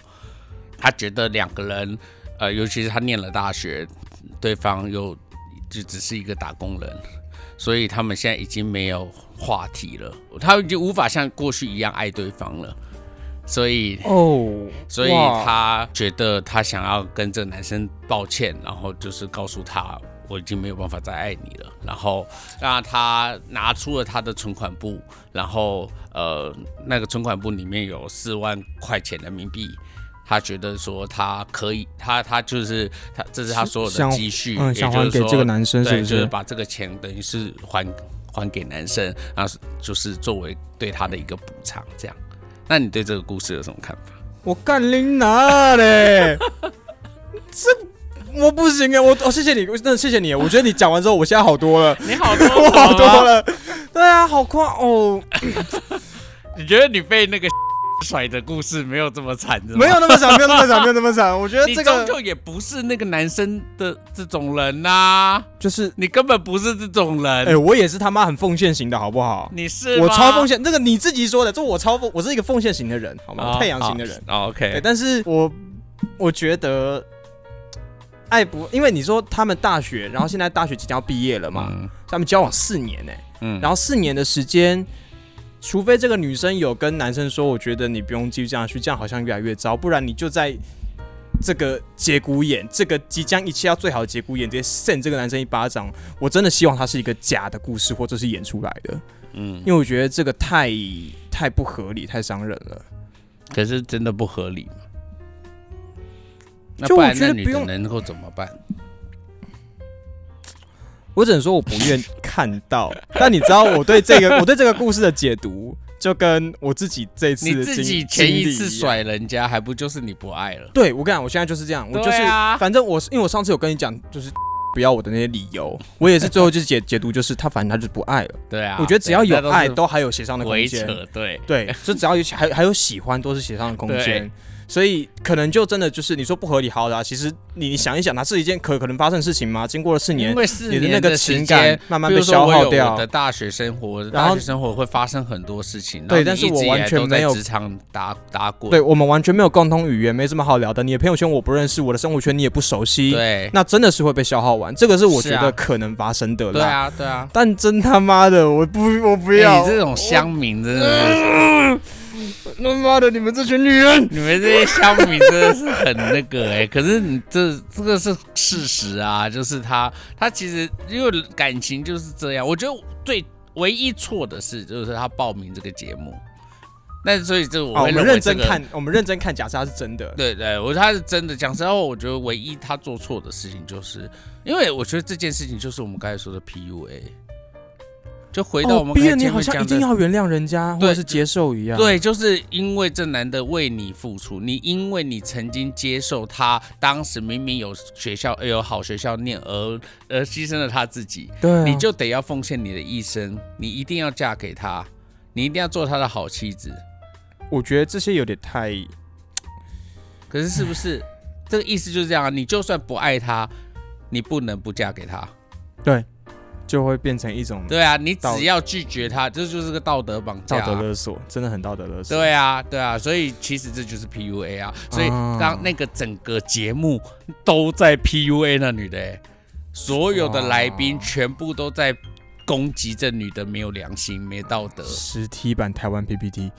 [SPEAKER 2] 她觉得两个人，呃，尤其是她念了大学，对方又就只是一个打工人，所以他们现在已经没有话题了，他已经无法像过去一样爱对方了，所以
[SPEAKER 3] 哦，
[SPEAKER 2] 所以
[SPEAKER 3] 哇
[SPEAKER 2] 她觉得她想要跟这个男生抱歉，然后就是告诉他我已经没有办法再爱你了。然后让她拿出了她的存款簿，然后呃，那个存款簿里面有四万块钱人民币。她觉得说她可以，她她就是她，这是她所有的
[SPEAKER 3] 想
[SPEAKER 2] 积蓄，
[SPEAKER 3] 嗯，
[SPEAKER 2] 也
[SPEAKER 3] 想
[SPEAKER 2] 就
[SPEAKER 3] 还
[SPEAKER 2] 是
[SPEAKER 3] 给
[SPEAKER 2] 说
[SPEAKER 3] 这个男生是
[SPEAKER 2] 对，
[SPEAKER 3] 不
[SPEAKER 2] 就是
[SPEAKER 3] 是？
[SPEAKER 2] 把这个钱等于是还还给男生，然后是就是作为对他的一个补偿，这样。那你对这个故事有什么看法？
[SPEAKER 3] 我干林 娜嘞，这我不行哎，我哦谢谢你，我真的谢谢你，我觉得你讲完之后，我现在好多了，
[SPEAKER 2] 你 好啊多
[SPEAKER 3] 我好多，了。对啊，好夸哦，
[SPEAKER 2] 你觉得你被那个 甩的故事没有这么惨，是吗
[SPEAKER 3] 没有，那 么惨，没有那么惨，没有那么惨。我觉得
[SPEAKER 2] 你
[SPEAKER 3] 这
[SPEAKER 2] 终
[SPEAKER 3] 个
[SPEAKER 2] 究也不是那个男生的这种人呐、
[SPEAKER 3] 就是，
[SPEAKER 2] 你根本不是这种人，
[SPEAKER 3] 哎，我也是他妈很奉献型的好不好？
[SPEAKER 2] 你是
[SPEAKER 3] 我
[SPEAKER 2] 吗
[SPEAKER 3] 超奉献，那个你自己说的，这我超奉，我是一个奉献型的人，好吗？
[SPEAKER 2] 哦
[SPEAKER 3] 太阳型的人。
[SPEAKER 2] 哦哦
[SPEAKER 3] 对，
[SPEAKER 2] ，OK，
[SPEAKER 3] 但是我我觉得爱不，因为你说他们大学，然后现在大学即将要毕业了嘛，
[SPEAKER 2] 嗯
[SPEAKER 3] 他们交往四年欸呢、
[SPEAKER 2] 嗯
[SPEAKER 3] 然后四年的时间，除非这个女生有跟男生说，我觉得你不用继续这样下去，这样好像越来越糟，不然你就在这个节骨眼，这个即将一切要最好的节骨眼，直接扇这个男生一巴掌。我真的希望它是一个假的故事，或者是演出来的，
[SPEAKER 2] 嗯，
[SPEAKER 3] 因为我觉得这个太太不合理，太伤人了。
[SPEAKER 2] 可是真的不合理嘛？那
[SPEAKER 3] 就
[SPEAKER 2] 不
[SPEAKER 3] 我
[SPEAKER 2] 然
[SPEAKER 3] 觉
[SPEAKER 2] 那
[SPEAKER 3] 得
[SPEAKER 2] 女
[SPEAKER 3] 不
[SPEAKER 2] 的
[SPEAKER 3] 用
[SPEAKER 2] 能够怎么办？
[SPEAKER 3] 我只能说我不愿看到，但你知道我对这 个我对这个故事的解读，就跟我自己这次
[SPEAKER 2] 你
[SPEAKER 3] 的
[SPEAKER 2] 自
[SPEAKER 3] 经
[SPEAKER 2] 己前一次。
[SPEAKER 3] 经历样
[SPEAKER 2] 甩人家，还不就是你不爱了？
[SPEAKER 3] 对我跟你讲，我现在就是这样，我就是、
[SPEAKER 2] 对啊
[SPEAKER 3] 反正我是因为我上次有跟你讲，就是 不要我的那些 理由，我也是最后就是解解读就是他反正他就是不爱了。
[SPEAKER 2] 对啊，
[SPEAKER 3] 我觉得只要
[SPEAKER 2] 对
[SPEAKER 3] 有爱，
[SPEAKER 2] 那
[SPEAKER 3] 都还有协商
[SPEAKER 2] 是
[SPEAKER 3] 的空
[SPEAKER 2] 鬼
[SPEAKER 3] 间。
[SPEAKER 2] 扯，对，
[SPEAKER 3] 对，就只要有还还有喜 欢，都是协商的空间
[SPEAKER 2] 对。
[SPEAKER 3] 所以可能就真的就是你说不合理，好的、啊，其实你你想一想，它是一件可可能发生的事情吗？经过了四
[SPEAKER 2] 因
[SPEAKER 3] 年，
[SPEAKER 2] 为四
[SPEAKER 3] 你的
[SPEAKER 2] 年
[SPEAKER 3] 那个
[SPEAKER 2] 时
[SPEAKER 3] 情
[SPEAKER 2] 间
[SPEAKER 3] 感慢慢
[SPEAKER 2] 比
[SPEAKER 3] 被
[SPEAKER 2] 如说
[SPEAKER 3] 消
[SPEAKER 2] 我有
[SPEAKER 3] 耗
[SPEAKER 2] 我
[SPEAKER 3] 掉
[SPEAKER 2] 的。大学生活，
[SPEAKER 3] 然
[SPEAKER 2] 大
[SPEAKER 3] 后
[SPEAKER 2] 学生活会发生很多事情，
[SPEAKER 3] 对
[SPEAKER 2] 然后
[SPEAKER 3] 但
[SPEAKER 2] 你
[SPEAKER 3] 是
[SPEAKER 2] 一
[SPEAKER 3] 我
[SPEAKER 2] 直以
[SPEAKER 3] 完
[SPEAKER 2] 来
[SPEAKER 3] 全
[SPEAKER 2] 都在
[SPEAKER 3] 没有
[SPEAKER 2] 职场打打滚，
[SPEAKER 3] 对我们完全没有共同语言，没什么好聊的。你的朋友圈我不认识，我的生活圈你也不熟悉，
[SPEAKER 2] 对
[SPEAKER 3] 那真的是会被消耗完。这个是我觉
[SPEAKER 2] 是啊
[SPEAKER 3] 得可能发生的啦。
[SPEAKER 2] 对啊对啊，
[SPEAKER 3] 但真他妈的，我不，我不要。
[SPEAKER 2] 哎你这种乡民真的是，
[SPEAKER 3] 他妈的，你们这群女人！
[SPEAKER 2] 你们这些乡民真的是很那个哎、 可是你这这个是事实啊，就是他他其实因为感情就是这样，我觉得最唯一错的事就是他报名这个节目，那所以这我
[SPEAKER 3] 啊，我
[SPEAKER 2] 会认
[SPEAKER 3] 们
[SPEAKER 2] 为
[SPEAKER 3] 认
[SPEAKER 2] 这
[SPEAKER 3] 真
[SPEAKER 2] 个
[SPEAKER 3] 看，我们认真看，假设它是 真的。
[SPEAKER 2] 对对，我觉得他是真的。讲实话，我觉得唯一他做错的事情，就是因为我觉得这件事情就是我们刚才说的 PUA，就回到我
[SPEAKER 3] 哦
[SPEAKER 2] 们，
[SPEAKER 3] 毕
[SPEAKER 2] 刚才
[SPEAKER 3] 业你
[SPEAKER 2] 前
[SPEAKER 3] 好
[SPEAKER 2] 面
[SPEAKER 3] 像
[SPEAKER 2] 讲
[SPEAKER 3] 一定
[SPEAKER 2] 的
[SPEAKER 3] 要原谅人家，或
[SPEAKER 2] 对
[SPEAKER 3] 者是接受一样。，
[SPEAKER 2] 对，就是因为这男的为你付出，你因为你曾经接受他，当时明明有学校有好学校念，而而牺牲了他自己，
[SPEAKER 3] 对啊、
[SPEAKER 2] 你就得要奉献你的一生，你一定要嫁给他，你一定要做他的好妻子。
[SPEAKER 3] 我觉得这些有点太……
[SPEAKER 2] 可是是不是这个意思就是这样啊？你就算不爱他，你不能不嫁给他。
[SPEAKER 3] 嗯对，就会变成一种
[SPEAKER 2] 对啊，你
[SPEAKER 3] 道
[SPEAKER 2] 只要拒绝他，这就是个道德绑架
[SPEAKER 3] 道
[SPEAKER 2] 啊、
[SPEAKER 3] 德勒索，真的很道德勒索。
[SPEAKER 2] 对啊，对啊，所以其实这就是 PUA 啊。所以
[SPEAKER 3] 啊
[SPEAKER 2] 刚那个整个节目都在 PUA 那女的、欸，所有的来宾
[SPEAKER 3] 哇，
[SPEAKER 2] 全部都在。攻击这女的没有良心、没道德
[SPEAKER 3] 实体版台 湾 PPT，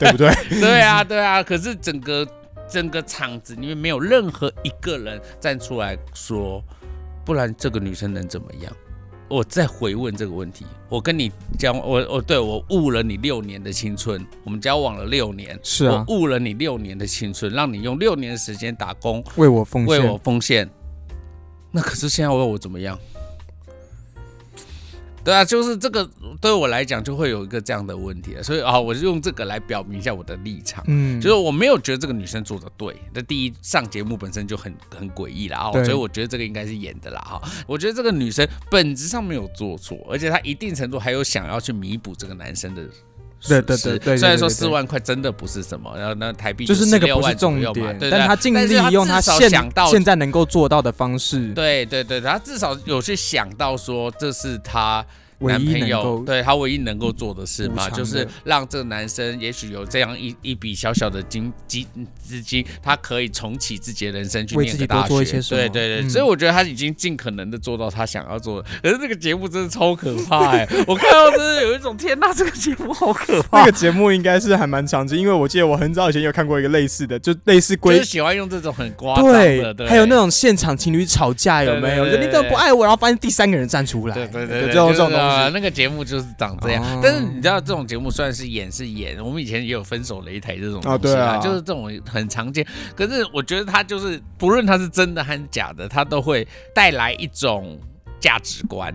[SPEAKER 3] 对不对？
[SPEAKER 2] 对啊，对啊。可是整个整个场子里面没有任何一个人站出来说，不然这个女生能怎么样？我再回问这个问题，我跟你交我我对我误了你六年的青春，我们交往了六年，
[SPEAKER 3] 是啊，
[SPEAKER 2] 我误了你六年的青春，让你用六年的时间打工
[SPEAKER 3] 为我奉
[SPEAKER 2] 为我
[SPEAKER 3] 献，
[SPEAKER 2] 奉献。那可是现在问我怎么样？对啊，就是这个对我来讲就会有一个这样的问题了，所以啊，我就用这个来表明一下我的立场。
[SPEAKER 3] 嗯，
[SPEAKER 2] 就是我没有觉得这个女生做的对。那第一，上节目本身就很很诡异啦，哦，
[SPEAKER 3] 对
[SPEAKER 2] 所以我觉得这个应该是演的啦，哈。我觉得这个女生本质上没有做错，而且她一定程度还有想要去弥补这个男生的
[SPEAKER 3] 对对对
[SPEAKER 2] 是
[SPEAKER 3] 对对
[SPEAKER 2] 虽然说
[SPEAKER 3] 对对
[SPEAKER 2] 四万块真的不是什么，然后那台币
[SPEAKER 3] 就是那个
[SPEAKER 2] 16
[SPEAKER 3] 不是
[SPEAKER 2] 万左
[SPEAKER 3] 重
[SPEAKER 2] 右嘛
[SPEAKER 3] 点，
[SPEAKER 2] 对
[SPEAKER 3] 但
[SPEAKER 2] 对
[SPEAKER 3] 他尽
[SPEAKER 2] 但
[SPEAKER 3] 力
[SPEAKER 2] 是他
[SPEAKER 3] 用
[SPEAKER 2] 至
[SPEAKER 3] 他
[SPEAKER 2] 少
[SPEAKER 3] 现
[SPEAKER 2] 想到
[SPEAKER 3] 现在能够做到的方式，
[SPEAKER 2] 对对对，他至少有去想到说这是他
[SPEAKER 3] 唯
[SPEAKER 2] 男
[SPEAKER 3] 一
[SPEAKER 2] 朋
[SPEAKER 3] 能
[SPEAKER 2] 友
[SPEAKER 3] 够嗯
[SPEAKER 2] 对他唯一能够做的事嘛，
[SPEAKER 3] 补偿的
[SPEAKER 2] 就是让这个男生也许有这样一一笔小小的金金资金，他可以重启自己的人生去
[SPEAKER 3] 为
[SPEAKER 2] 念
[SPEAKER 3] 自己
[SPEAKER 2] 个大
[SPEAKER 3] 多做一
[SPEAKER 2] 学
[SPEAKER 3] 些什
[SPEAKER 2] 对
[SPEAKER 3] 么
[SPEAKER 2] 对对，
[SPEAKER 3] 嗯
[SPEAKER 2] 所以我觉得他已经尽可能的做到他想要做的。可是这个节目真的超可怕哎、我看到真的有一种天呐，这个节目好可 怕，
[SPEAKER 3] 那个节目应该是还蛮长期，因为我记得我很早以前有看过一个类似的，就类似
[SPEAKER 2] 就
[SPEAKER 3] 规
[SPEAKER 2] 是喜欢用这种很夸张的，
[SPEAKER 3] 对，
[SPEAKER 2] 对，
[SPEAKER 3] 还有那种现场情侣吵架有没有？
[SPEAKER 2] 对
[SPEAKER 3] 就
[SPEAKER 2] 对对
[SPEAKER 3] 你怎么不爱我？然后发现第三个人站出来，
[SPEAKER 2] 对对对
[SPEAKER 3] 这种这种
[SPEAKER 2] 就是呃
[SPEAKER 3] 东西，
[SPEAKER 2] 那个节目就是长这样。
[SPEAKER 3] 哦
[SPEAKER 2] 但是你知道，这种节目虽然是演是演，我们以前也有分手擂台这种东西
[SPEAKER 3] 啊对啊
[SPEAKER 2] 就是这种很常见。可是我觉得他就是，不论他是真的还是假的，他都会带来一种。价值观，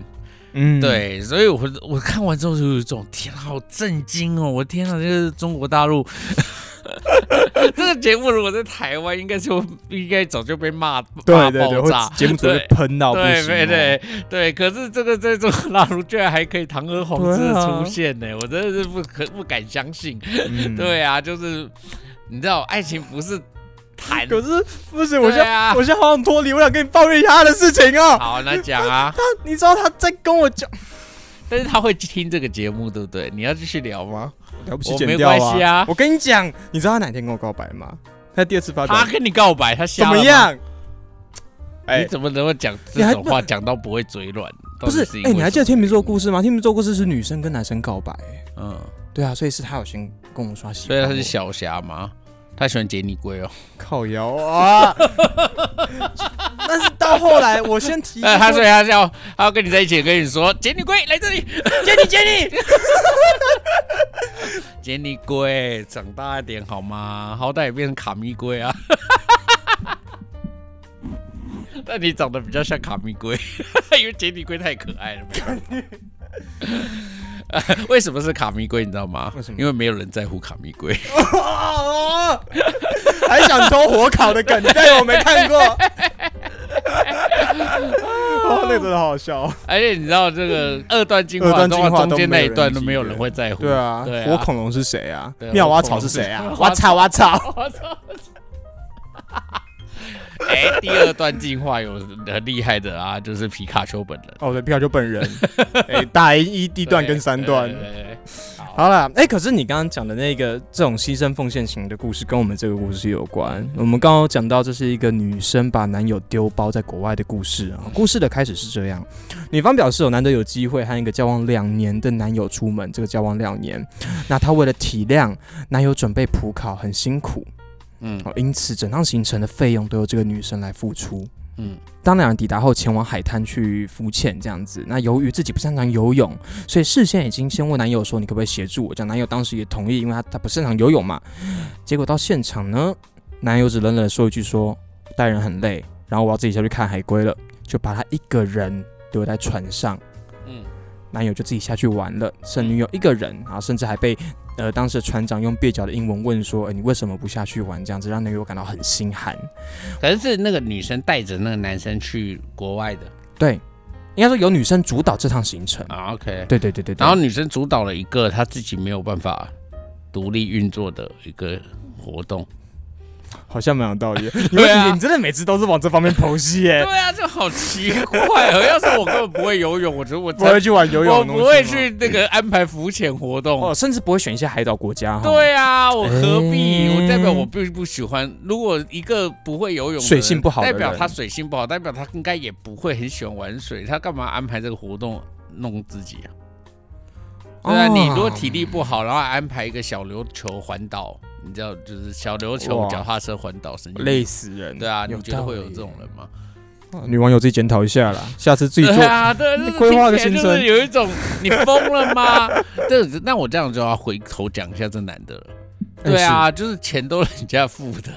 [SPEAKER 3] 嗯，
[SPEAKER 2] 对，所以我我看完之后就有一种天啊，好震惊哦！我天啊，这是中国大陆 这个节目，如果在台湾，应该就应该早就被骂
[SPEAKER 3] 对
[SPEAKER 2] 骂
[SPEAKER 3] 对对，
[SPEAKER 2] 爆
[SPEAKER 3] 会
[SPEAKER 2] 炸。
[SPEAKER 3] 节目组会
[SPEAKER 2] 对
[SPEAKER 3] 喷到不
[SPEAKER 2] 对
[SPEAKER 3] 行，哦
[SPEAKER 2] 对对对，可是这个在中国大陆居然还可以堂而皇之
[SPEAKER 3] 对
[SPEAKER 2] 的
[SPEAKER 3] 啊
[SPEAKER 2] 出现呢、我真的是不可不敢相信。
[SPEAKER 3] 嗯，
[SPEAKER 2] 对啊，就是你知道，爱情不是谈。
[SPEAKER 3] 可是不行，我现
[SPEAKER 2] 对
[SPEAKER 3] 在、
[SPEAKER 2] 啊
[SPEAKER 3] 我，现在好想脱离，我想跟你抱怨一下他的事情啊。
[SPEAKER 2] 好，那讲啊，
[SPEAKER 3] 你知道他在跟我讲，
[SPEAKER 2] 但是他会听这个节目，对不对？你要继续聊吗？
[SPEAKER 3] 了不
[SPEAKER 2] 起剪掉啊我没关系啊
[SPEAKER 3] 我跟你讲，你知道他哪天跟我告白吗？他第二次发表
[SPEAKER 2] 他跟你告白，他
[SPEAKER 3] 怎
[SPEAKER 2] 瞎了
[SPEAKER 3] 么
[SPEAKER 2] 吗？
[SPEAKER 3] 样？
[SPEAKER 2] 你
[SPEAKER 3] 哎，
[SPEAKER 2] 怎么能够讲
[SPEAKER 3] 你
[SPEAKER 2] 这
[SPEAKER 3] 还
[SPEAKER 2] 种话，讲到不会嘴软？到
[SPEAKER 3] 不
[SPEAKER 2] 底
[SPEAKER 3] 是
[SPEAKER 2] 是，因
[SPEAKER 3] 哎，
[SPEAKER 2] 为
[SPEAKER 3] 你还记得
[SPEAKER 2] 什么
[SPEAKER 3] 天秤座故事吗？天秤座故事是女生跟男生告白，哎
[SPEAKER 2] 嗯，
[SPEAKER 3] 对啊，所以是他有先跟我说喜
[SPEAKER 2] 所以
[SPEAKER 3] 欢我，
[SPEAKER 2] 他是小霞吗？他喜欢杰尼龟哦。
[SPEAKER 3] 靠摇啊。 但是到后来，我先提，
[SPEAKER 2] 那哎呃他所以他是要他要跟你在一起，跟你说杰尼龟来这里，
[SPEAKER 3] 杰尼杰 尼，
[SPEAKER 2] 杰尼龟，长大一点好吗？好歹也变成卡咪龟啊。 那你长得比较像卡咪龟， 因为杰尼龟太可爱了。没办法 为什么是卡咪龟？你知道吗？
[SPEAKER 3] 为什么
[SPEAKER 2] 因为没有人在乎卡咪龟。
[SPEAKER 3] 啊哦还想偷火烤的梗，但我没看 过。哦，那个真的好好笑。
[SPEAKER 2] 而且你知道这个二段进
[SPEAKER 3] 二
[SPEAKER 2] 化，
[SPEAKER 3] 段
[SPEAKER 2] 的
[SPEAKER 3] 进
[SPEAKER 2] 话
[SPEAKER 3] 化
[SPEAKER 2] 中
[SPEAKER 3] 都
[SPEAKER 2] 间
[SPEAKER 3] 没
[SPEAKER 2] 那
[SPEAKER 3] 有
[SPEAKER 2] 一段
[SPEAKER 3] 人
[SPEAKER 2] 都没有
[SPEAKER 3] 记得
[SPEAKER 2] 人会在乎。
[SPEAKER 3] 对啊
[SPEAKER 2] 对，啊
[SPEAKER 3] 火恐龙是谁啊
[SPEAKER 2] 对？啊
[SPEAKER 3] 妙蛙草是谁啊？
[SPEAKER 2] 火恐
[SPEAKER 3] 我
[SPEAKER 2] 龙是
[SPEAKER 3] 操我操！
[SPEAKER 2] 我操！哎、第二段进化有很厉害的啊，就是皮卡丘本人。
[SPEAKER 3] 哦，对，皮卡丘本 人，哎，大一一段跟三段
[SPEAKER 2] 对。对对对
[SPEAKER 3] 好了，哎，可是你刚刚讲的那个这种牺牲奉献型的故事，跟我们这个故事有关。我们刚刚有讲到，这是一个女生把男友丢包在国外的故事啊。故事的开始是这样：女方表示有难得有机会和一个交往两年的男友出门，这个交往两年，那她为了体谅男友准备普考很辛苦，
[SPEAKER 2] 嗯
[SPEAKER 3] 好，哦因此整趟行程的费用都由这个女生来付出。
[SPEAKER 2] 嗯，
[SPEAKER 3] 当两人抵达后，前往海滩去浮潜，这样子。那由于自己不擅长游泳，所以事先已经先问男友说：“你可不可以协助我？”这样男友当时也同意，因为他他不擅长游泳嘛。结果到现场呢，男友只冷冷地说一句说：“带人很累，然后我要自己下去看海龟了。”就把他一个人留在船上。
[SPEAKER 2] 嗯
[SPEAKER 3] 男友就自己下去玩了，剩女友一个人，然后甚至还被呃当时的船长用蹩脚的英文问说：“哎，你为什么不下去玩？”这样子让男友感到很心寒。
[SPEAKER 2] 可是是那个女生带着那个男生去国外的
[SPEAKER 3] 对，应该说由女生主导这趟行程。
[SPEAKER 2] 啊，OK。
[SPEAKER 3] 对对对对对，
[SPEAKER 2] 然后女生主导了一个她自己没有办法独立运作的一个活动。
[SPEAKER 3] 好像蛮有道理 的。你
[SPEAKER 2] 对啊
[SPEAKER 3] 们你真的每次都是往这方面剖析耶，
[SPEAKER 2] 对啊，这好奇怪哦！要是我根本不会游泳，我觉得我
[SPEAKER 3] 不会去玩游泳，
[SPEAKER 2] 我不会。去那个安排浮潜活动。
[SPEAKER 3] 哦，甚至不会选一些海岛国家哈。，
[SPEAKER 2] 对啊，我何必？
[SPEAKER 3] 哎
[SPEAKER 2] 我代表我并不喜欢。如果一个不会游泳的人、
[SPEAKER 3] 水性不好的
[SPEAKER 2] 代
[SPEAKER 3] 人
[SPEAKER 2] 表他水性不好，代表他应该也不会很喜欢玩水。他干嘛安排这个活动弄自己啊？对啊，
[SPEAKER 3] 哦
[SPEAKER 2] 你如果体力不好，然后还安排一个小琉球环岛，你知道，就是小琉球
[SPEAKER 3] 哇
[SPEAKER 2] 脚踏车环岛，神经病
[SPEAKER 3] 累死人。
[SPEAKER 2] 对啊，
[SPEAKER 3] 有
[SPEAKER 2] 你觉得会有
[SPEAKER 3] 道理
[SPEAKER 2] 这种人吗？
[SPEAKER 3] 哦女网友自己检讨一下啦，下次自己
[SPEAKER 2] 对
[SPEAKER 3] 做。
[SPEAKER 2] 啊，对，
[SPEAKER 3] 你
[SPEAKER 2] 就是
[SPEAKER 3] 规划个
[SPEAKER 2] 听起来
[SPEAKER 3] 行
[SPEAKER 2] 就是
[SPEAKER 3] 程
[SPEAKER 2] 有一种你疯了吗？ 这那我这样就要回头讲一下这男的了。
[SPEAKER 3] 哎
[SPEAKER 2] 对啊，就是钱都人家付的，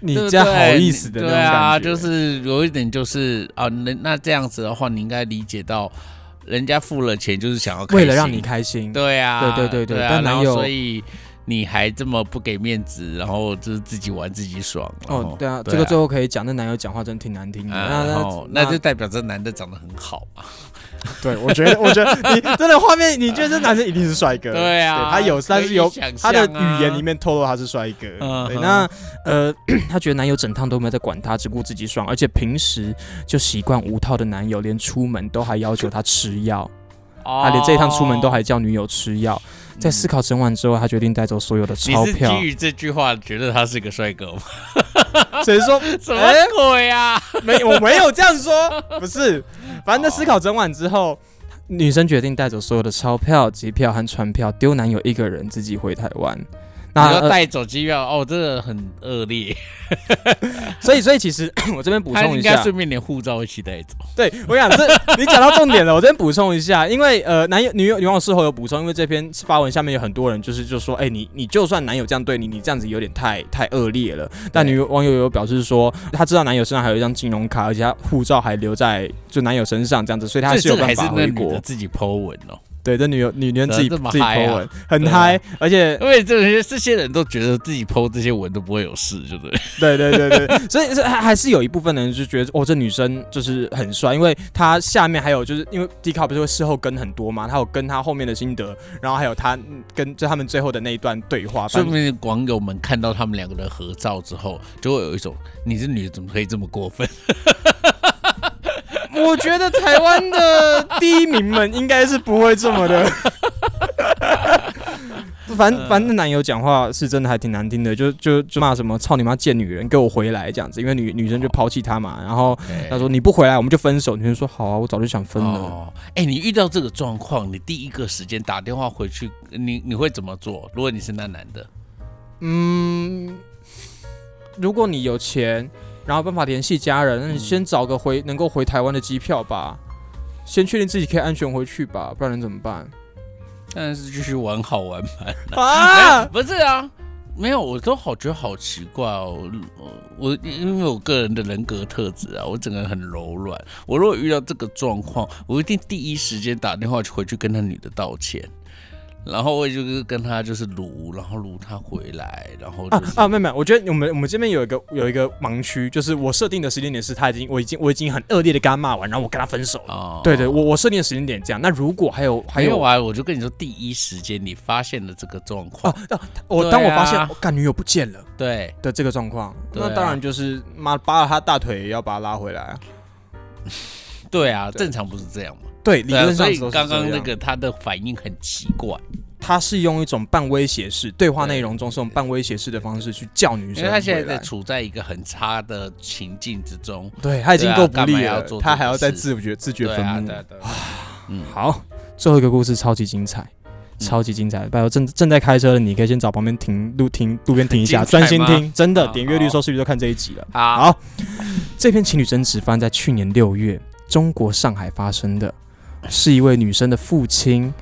[SPEAKER 3] 你
[SPEAKER 2] 对不
[SPEAKER 3] 这样好
[SPEAKER 2] 对
[SPEAKER 3] 意
[SPEAKER 2] 你
[SPEAKER 3] 思的那
[SPEAKER 2] 对
[SPEAKER 3] 种
[SPEAKER 2] 啊，
[SPEAKER 3] 感觉
[SPEAKER 2] 就是有一点就是啊，那那这样子的话，你应该理解到，人家付了钱就是想要开心
[SPEAKER 3] 为了让你，开心。
[SPEAKER 2] 对啊，
[SPEAKER 3] 对对对对
[SPEAKER 2] 啊
[SPEAKER 3] 但男友
[SPEAKER 2] 然后所以你还这么不给面子，然后就是自己玩自己爽。然后
[SPEAKER 3] 哦，对啊，
[SPEAKER 2] 对啊
[SPEAKER 3] 这个最后可以讲，那男友讲话真的挺难听的。
[SPEAKER 2] 啊，
[SPEAKER 3] 那
[SPEAKER 2] 然
[SPEAKER 3] 那
[SPEAKER 2] 后那就代表这男的长得很好嘛。
[SPEAKER 3] 对，我觉得，我觉得你真的画面，你觉得这男生一定是帅哥，
[SPEAKER 2] 对啊
[SPEAKER 3] 他有，但是有
[SPEAKER 2] 可以想象
[SPEAKER 3] 他
[SPEAKER 2] 啊
[SPEAKER 3] 的语言里面透露他是帅哥。
[SPEAKER 2] 嗯
[SPEAKER 3] 对，
[SPEAKER 2] 哼
[SPEAKER 3] 那呃，他觉得男友整趟都没有在管他，只顾自己爽，而且平时就习惯无套的男友，连出门都还要求他吃药，
[SPEAKER 2] 哦嗯
[SPEAKER 3] 他连这一趟出门都还叫女友吃药。在思考整晚之后，他决定带走所有的
[SPEAKER 2] 你
[SPEAKER 3] 钞
[SPEAKER 2] 是
[SPEAKER 3] 票
[SPEAKER 2] 基。于这句话觉得他是个帅哥吗？
[SPEAKER 3] 所以说
[SPEAKER 2] 什么鬼呀、啊？
[SPEAKER 3] 没，我没有这 样说，不是。反正在思考整晚之后，女生决定带走所有的钞票、机票和船票，丢男友一个人自己回台湾。
[SPEAKER 2] 你
[SPEAKER 3] 那、
[SPEAKER 2] 要
[SPEAKER 3] 呃、
[SPEAKER 2] 带走机票哦，这个很恶劣。
[SPEAKER 3] 所以所以其实 我这边补
[SPEAKER 2] 他
[SPEAKER 3] 充
[SPEAKER 2] 应
[SPEAKER 3] 一
[SPEAKER 2] 该
[SPEAKER 3] 下，
[SPEAKER 2] 顺便连护照一起带走。
[SPEAKER 3] 对 我想这你讲到重点了，我这边补充一下，因为呃男友女友女网友事后有补充，因为这篇发文下面有很多人就是就说，哎、你你就算男友这样对你，你这样子有点太太恶劣了。但
[SPEAKER 2] 对
[SPEAKER 3] 女网友有表示说，她知道男友身上还有一张金融卡，而且她护照还留在就男友身上，这样子，所以她
[SPEAKER 2] 这
[SPEAKER 3] 是有
[SPEAKER 2] 这个
[SPEAKER 3] 办
[SPEAKER 2] 还是
[SPEAKER 3] 法
[SPEAKER 2] 那
[SPEAKER 3] 回
[SPEAKER 2] 女
[SPEAKER 3] 国
[SPEAKER 2] 的。自己 Po 文哦，
[SPEAKER 3] 对，这女友女人自己
[SPEAKER 2] 这么
[SPEAKER 3] 自己
[SPEAKER 2] high 啊
[SPEAKER 3] po 文，很
[SPEAKER 2] 对啊
[SPEAKER 3] 嗨，而且
[SPEAKER 2] 因为这些这些人都觉得自己 Po 这些文都不会有事，对不对？
[SPEAKER 3] 对对对对， 所以这还还是有一部分人就觉得哦，这女生就是很帅，因为她下面还有就是因为 D 卡不是会事后跟很多嘛，她有跟她后面的心得，然后还有她嗯跟就他们最后的那一段对话，
[SPEAKER 2] 说
[SPEAKER 3] 反
[SPEAKER 2] 不
[SPEAKER 3] 正
[SPEAKER 2] 定网友们看到他们两个人合照之后，就会有一种你这女的怎么可以这么过分？
[SPEAKER 3] 我觉得台湾的第一名们应该是不会这么的。反正反正男友讲话是真的还挺难听的，就就就骂什么“操你妈贱女人，给我回来”这样子，因为女女生就抛弃他嘛，然后他说你不回来我们就分手，女生说好啊，我早就想分了。
[SPEAKER 2] 哦，哎、你遇到这个状况，你第一个时间打电话回去，你你会怎么做？如果你是那男的，
[SPEAKER 3] 嗯，如果你有钱，然后办法联系家人，那你先找个回、能够回台湾的机票吧，先确定自己可以安全回去吧，不然能怎么办？
[SPEAKER 2] 当然是继续玩好玩嘛。
[SPEAKER 3] 啊，
[SPEAKER 2] 不是啊，没有，我都好觉得好奇怪哦。我我因为我个人的人格特质啊，我整个人很柔软。我如果遇到这个状况，我一定第一时间打电话去回去跟那女的道歉。然后我也就是跟她就是撸，然后撸她回来，然后
[SPEAKER 3] 啊
[SPEAKER 2] 就是
[SPEAKER 3] 啊，妹妹，我觉得我们我们这边有一个有一个盲区，就是我设定的时间点是他已经我已经我已经很恶劣的跟他骂完，然后我跟他分手了。
[SPEAKER 2] 哦
[SPEAKER 3] 对对，我我设定的时间点这样。那如果还有还
[SPEAKER 2] 没有
[SPEAKER 3] 有，
[SPEAKER 2] 啊，我就跟你说，第一时间你发现了这个状况，
[SPEAKER 3] 啊我、
[SPEAKER 2] 对
[SPEAKER 3] 当我发现
[SPEAKER 2] 啊
[SPEAKER 3] 我干、女友不见了
[SPEAKER 2] 对，
[SPEAKER 3] 的这个状况，
[SPEAKER 2] 对啊
[SPEAKER 3] 那当然就是妈扒了他大腿也要把他拉回来啊。
[SPEAKER 2] 对啊，
[SPEAKER 3] 对
[SPEAKER 2] 正常不是这样嘛？
[SPEAKER 3] 对，理
[SPEAKER 2] 对啊
[SPEAKER 3] 论上
[SPEAKER 2] 所
[SPEAKER 3] 是
[SPEAKER 2] 以
[SPEAKER 3] 都是
[SPEAKER 2] 刚
[SPEAKER 3] 这
[SPEAKER 2] 刚那
[SPEAKER 3] 样
[SPEAKER 2] 个他的反应很奇怪，
[SPEAKER 3] 他是用一种半威胁式对话
[SPEAKER 2] 对
[SPEAKER 3] 内容中是用半威胁式的方式去叫女
[SPEAKER 2] 因
[SPEAKER 3] 生
[SPEAKER 2] 为
[SPEAKER 3] 回
[SPEAKER 2] 他
[SPEAKER 3] 来，
[SPEAKER 2] 现在在处在一个很差的情境之中，
[SPEAKER 3] 对他已经
[SPEAKER 2] 对啊
[SPEAKER 3] 够不
[SPEAKER 2] 干嘛
[SPEAKER 3] 利
[SPEAKER 2] 要
[SPEAKER 3] 了，
[SPEAKER 2] 做
[SPEAKER 3] 他
[SPEAKER 2] 这
[SPEAKER 3] 还
[SPEAKER 2] 种
[SPEAKER 3] 要再
[SPEAKER 2] 事
[SPEAKER 3] 自觉自觉
[SPEAKER 2] 对
[SPEAKER 3] 分
[SPEAKER 2] 啊，
[SPEAKER 3] 泌
[SPEAKER 2] 对啊，对啊，嗯，
[SPEAKER 3] 好，最后一个故事超级精彩，超级精彩！拜托，正正在开车的你可以先找旁边停路停路边停一下，
[SPEAKER 2] 很精彩
[SPEAKER 3] 专心
[SPEAKER 2] 吗
[SPEAKER 3] 听，真的
[SPEAKER 2] 好
[SPEAKER 3] 点阅率、
[SPEAKER 2] 好
[SPEAKER 3] 收视率都看这一集了。
[SPEAKER 2] 好，
[SPEAKER 3] 好，这篇情侣争执发生在去年六月中国上海发生的，是一位女生的父亲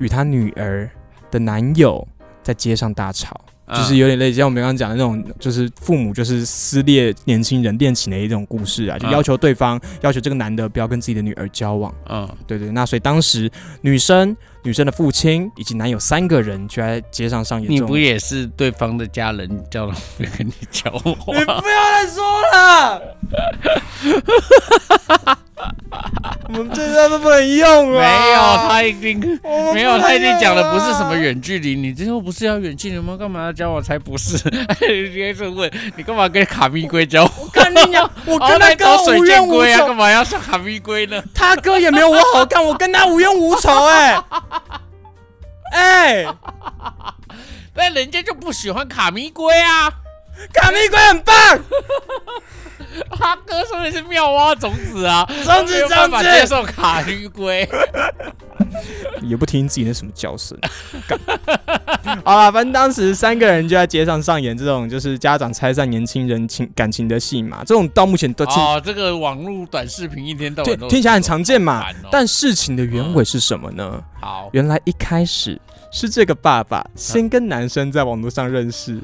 [SPEAKER 3] 与他女儿的男友在街上大吵。
[SPEAKER 2] 嗯
[SPEAKER 3] 就是有点类似像我们刚刚讲的那种，就是父母就是撕裂年轻人恋情的一种故事啊，就
[SPEAKER 2] 嗯
[SPEAKER 3] 要求对方要求这个男的不要跟自己的女儿交往。
[SPEAKER 2] 嗯，
[SPEAKER 3] 对对，那所以当时女生、女生的父亲以及男友三个人就在街上上演这
[SPEAKER 2] 你
[SPEAKER 3] 种。
[SPEAKER 2] 不也是对方的家人叫他们跟你交
[SPEAKER 3] 你
[SPEAKER 2] 往？
[SPEAKER 3] 不要再说 了，我们这段都不能用
[SPEAKER 2] 没
[SPEAKER 3] 啊！
[SPEAKER 2] 有，他一定
[SPEAKER 3] 我们不能用啊，
[SPEAKER 2] 没有，他一定讲的不是什么远距离，你最后不是要远距离吗？干嘛要交往？才不是， 人家是问你干嘛跟卡密龟交往？
[SPEAKER 3] 我跟 你讲，我
[SPEAKER 2] 哦那
[SPEAKER 3] 跟他
[SPEAKER 2] 你找
[SPEAKER 3] 哥
[SPEAKER 2] 水
[SPEAKER 3] 无
[SPEAKER 2] 箭
[SPEAKER 3] 冤无
[SPEAKER 2] 龟啊，
[SPEAKER 3] 仇
[SPEAKER 2] 干，嘛要上卡密龟呢？
[SPEAKER 3] 他哥也没有我好看，我跟他无冤无仇，哎，哎，
[SPEAKER 2] 那人家就不喜欢卡密龟啊。
[SPEAKER 3] 卡密龟很棒，
[SPEAKER 2] 他哥说的是妙蛙种子啊，
[SPEAKER 3] 种子
[SPEAKER 2] 他没有办法
[SPEAKER 3] 种子
[SPEAKER 2] 接受卡驴 龟。
[SPEAKER 3] 也不听自己那什么叫声。 干好了，反正当时三个人就在街上上演这种就是家长拆散年轻人情感情的戏嘛，这种到目前都听、
[SPEAKER 2] 哦，这个网络短视频一天到
[SPEAKER 3] 对
[SPEAKER 2] 晚都
[SPEAKER 3] 听起来很常见嘛
[SPEAKER 2] 好烦哦。
[SPEAKER 3] 但事情的原委是什么呢？
[SPEAKER 2] 好，
[SPEAKER 3] 原来一开始是这个爸爸先跟男生在网络上认识，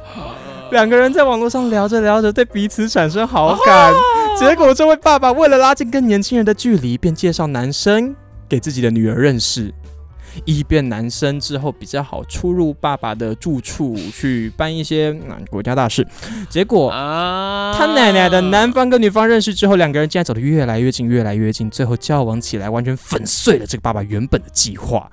[SPEAKER 3] 两个人在网络上聊着聊着对彼此产生好感，结果这位爸爸为了拉近跟年轻人的距离，便介绍男生给自己的女儿认识。一变男生之后比较好出入爸爸的住处去办一些、嗯、国家大事，结果。
[SPEAKER 2] 啊
[SPEAKER 3] 哦他奶奶的，男方跟女方认识之后，两个人竟然走得越来越近，越来越近，最后交往起来，完全粉碎了这个爸爸原本的计划，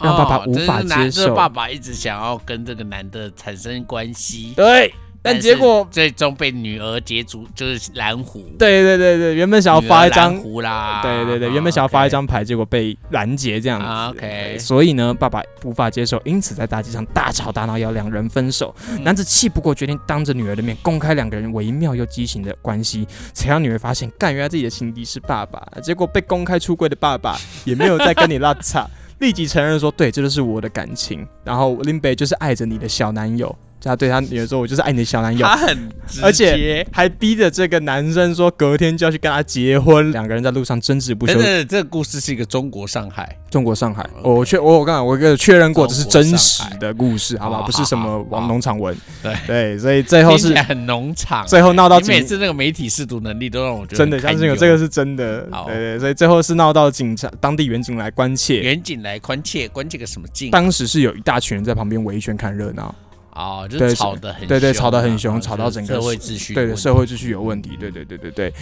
[SPEAKER 3] 让爸爸
[SPEAKER 2] 哦
[SPEAKER 3] 无
[SPEAKER 2] 这
[SPEAKER 3] 法
[SPEAKER 2] 是男
[SPEAKER 3] 接
[SPEAKER 2] 这
[SPEAKER 3] 受。
[SPEAKER 2] 爸爸一直想要跟这个男的产生关系，
[SPEAKER 3] 对，但结果，
[SPEAKER 2] 最终被女儿解除，就是蓝狐。
[SPEAKER 3] 对对对对，原本想要
[SPEAKER 2] 女儿啊
[SPEAKER 3] 发一
[SPEAKER 2] 蓝
[SPEAKER 3] 张，
[SPEAKER 2] 狐啦，
[SPEAKER 3] 对对对，原本想要发一张牌，结果被拦截这样子。
[SPEAKER 2] 啊，OK
[SPEAKER 3] 对所以呢，爸爸无法接受，因此在大街上大吵大闹，要两人分手。嗯男子气不过，决定当着女儿的面公开两个人微妙又畸形的关系，才让女儿发现，干原来自己的情敌是爸爸。结果被公开出柜的爸 爸也没有再跟你拉扯，立即承认说，对，这就是我的感情。然后林北就是爱着你的小男友，他对他女儿说，我就是爱你的小男友。
[SPEAKER 2] 他很直接，
[SPEAKER 3] 而且还逼着这个男生说隔天就要去跟他结婚，两个人在路上争执不休
[SPEAKER 2] 等。等，这个故事是一个中国上海，
[SPEAKER 3] 中国上海，
[SPEAKER 2] OK
[SPEAKER 3] 我确我我刚才我有确认过，这
[SPEAKER 2] 中
[SPEAKER 3] 是
[SPEAKER 2] 国
[SPEAKER 3] 真实
[SPEAKER 2] 上海
[SPEAKER 3] 的故事，好吧，
[SPEAKER 2] 好
[SPEAKER 3] 不是什么
[SPEAKER 2] 好好
[SPEAKER 3] 网农场文。
[SPEAKER 2] 对
[SPEAKER 3] 对，所以最后
[SPEAKER 2] 听起
[SPEAKER 3] 是
[SPEAKER 2] 来很农场。
[SPEAKER 3] 最后闹到
[SPEAKER 2] 你每
[SPEAKER 3] 警，
[SPEAKER 2] 次那个媒体试读能力都让我觉得
[SPEAKER 3] 真的
[SPEAKER 2] 很堪
[SPEAKER 3] 相信我，
[SPEAKER 2] 忧
[SPEAKER 3] 这个是真的。
[SPEAKER 2] 好
[SPEAKER 3] 对对，所以最后是闹到警察当地远警来关切，
[SPEAKER 2] 远景来关切，关切个什么劲？
[SPEAKER 3] 当时是有一大群人在旁边围圈看热闹，
[SPEAKER 2] 哦，就
[SPEAKER 3] 对
[SPEAKER 2] 是
[SPEAKER 3] 是
[SPEAKER 2] 吵得很
[SPEAKER 3] 对对
[SPEAKER 2] 凶
[SPEAKER 3] 吵得很
[SPEAKER 2] 啊
[SPEAKER 3] 凶
[SPEAKER 2] 就
[SPEAKER 3] 吵到
[SPEAKER 2] 是
[SPEAKER 3] 整个
[SPEAKER 2] 社会
[SPEAKER 3] 社
[SPEAKER 2] 秩序的
[SPEAKER 3] 对
[SPEAKER 2] 问
[SPEAKER 3] 对，
[SPEAKER 2] 题
[SPEAKER 3] 社会秩序有问题，对对对对对。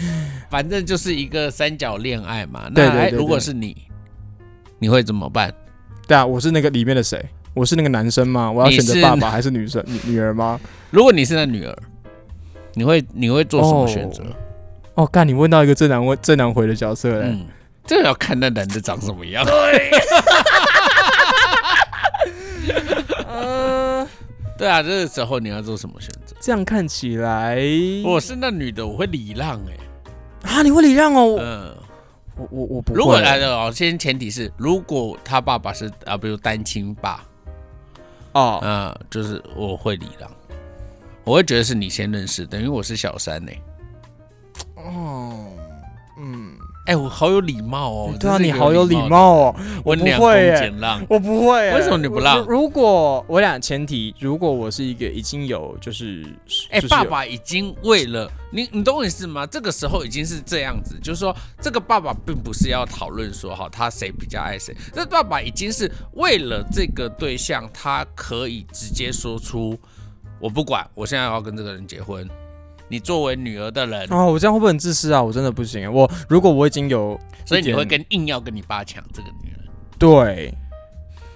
[SPEAKER 2] 反正就是一个三角恋爱嘛。那
[SPEAKER 3] 对对对
[SPEAKER 2] 哎
[SPEAKER 3] 对
[SPEAKER 2] 如果是你，你会怎么办？
[SPEAKER 3] 对啊，我是那个里面的谁？我是那个男生吗？我要
[SPEAKER 2] 你
[SPEAKER 3] 选择
[SPEAKER 2] 是
[SPEAKER 3] 爸爸还是女生女女儿吗？
[SPEAKER 2] 如果你是那女儿，你会你会做什么选择？
[SPEAKER 3] 哦，干，你问到一个最难问、最难回的角色嘞。
[SPEAKER 2] 嗯，这要看那男的长什么 样。
[SPEAKER 1] 呃
[SPEAKER 2] 对啊，这个时候你要做什么选择？
[SPEAKER 3] 这样看起来，
[SPEAKER 2] 我是那女的，我会礼让哎、
[SPEAKER 3] 啊，你会礼让哦？
[SPEAKER 2] 嗯，
[SPEAKER 3] 我我我不会。
[SPEAKER 2] 如果来的哦，先前提是，如果他爸爸是啊，比如单亲爸，
[SPEAKER 3] 哦，
[SPEAKER 2] 啊，就是我会礼让，我会觉得是你先认识，等于我是小三欸呢、
[SPEAKER 3] 哦，嗯，
[SPEAKER 2] 哎、我好有礼貌哦！
[SPEAKER 3] 对啊，
[SPEAKER 2] 真是
[SPEAKER 3] 你
[SPEAKER 2] 一个
[SPEAKER 3] 好有礼，貌哦，我
[SPEAKER 2] 温
[SPEAKER 3] 不
[SPEAKER 2] 良恭
[SPEAKER 3] 会耶
[SPEAKER 2] 俭。让。
[SPEAKER 3] 我不会耶，
[SPEAKER 2] 为什么你不让
[SPEAKER 3] 如如果我俩前提，如果我是一个已经有就是，
[SPEAKER 2] 哎、
[SPEAKER 3] 就是有
[SPEAKER 2] 爸，爸已经为了你，你懂我意思吗？这个时候已经是这样子，就是说，这个爸爸并不是要讨论说哈，他谁比较爱谁，这爸爸已经是为了这个对象，他可以直接说出，我不管，我现在要跟这个人结婚。你作为女儿的人，
[SPEAKER 3] 哦，我这样会不会很自私啊？我真的不行啊。我如果我已经有一点，
[SPEAKER 2] 所以你会跟硬要跟你爸抢这个女人。
[SPEAKER 3] 对，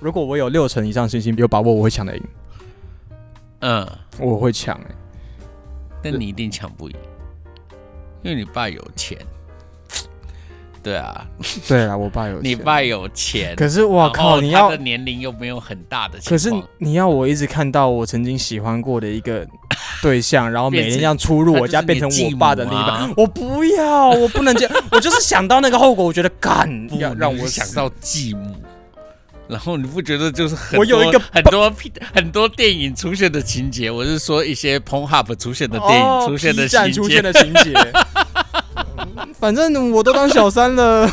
[SPEAKER 3] 如果我有六成以上信心，有把握，我会抢得赢，
[SPEAKER 2] 嗯，
[SPEAKER 3] 我会抢哎、
[SPEAKER 2] 但你一定抢不赢，因为你爸有钱。对啊，
[SPEAKER 3] 对啊，我爸有钱，
[SPEAKER 2] 你爸有钱。
[SPEAKER 3] 可是我
[SPEAKER 2] 然
[SPEAKER 3] 靠，
[SPEAKER 2] 后
[SPEAKER 3] 你
[SPEAKER 2] 他
[SPEAKER 3] 要
[SPEAKER 2] 的年龄又没有很大的情
[SPEAKER 3] 可是
[SPEAKER 2] 况
[SPEAKER 3] 你要我一直看到我曾经喜欢过的一个对象，然后每
[SPEAKER 2] 变
[SPEAKER 3] 天
[SPEAKER 2] 成
[SPEAKER 3] 这样出入
[SPEAKER 2] 他
[SPEAKER 3] 我
[SPEAKER 2] 就是
[SPEAKER 3] 家，
[SPEAKER 2] 你
[SPEAKER 3] 变成
[SPEAKER 2] 继
[SPEAKER 3] 我爸的
[SPEAKER 2] 母
[SPEAKER 3] 另一
[SPEAKER 2] 啊
[SPEAKER 3] 半，我不要，我不能这样， 我就是想到那个后果，我觉得干
[SPEAKER 2] 不
[SPEAKER 3] 要让
[SPEAKER 2] 你
[SPEAKER 3] 我
[SPEAKER 2] 想
[SPEAKER 3] 死。
[SPEAKER 2] 到继母，然后你不觉得就是很
[SPEAKER 3] 我有
[SPEAKER 2] 多
[SPEAKER 3] 一个
[SPEAKER 2] 很多屁很多电影出现的情节，我是说一些 p o n h u b 出现的 电影
[SPEAKER 3] 哦
[SPEAKER 2] 出现的
[SPEAKER 3] P 站
[SPEAKER 2] 情
[SPEAKER 3] 出
[SPEAKER 2] 节
[SPEAKER 3] 现，的情节， 反正我都当小 三了。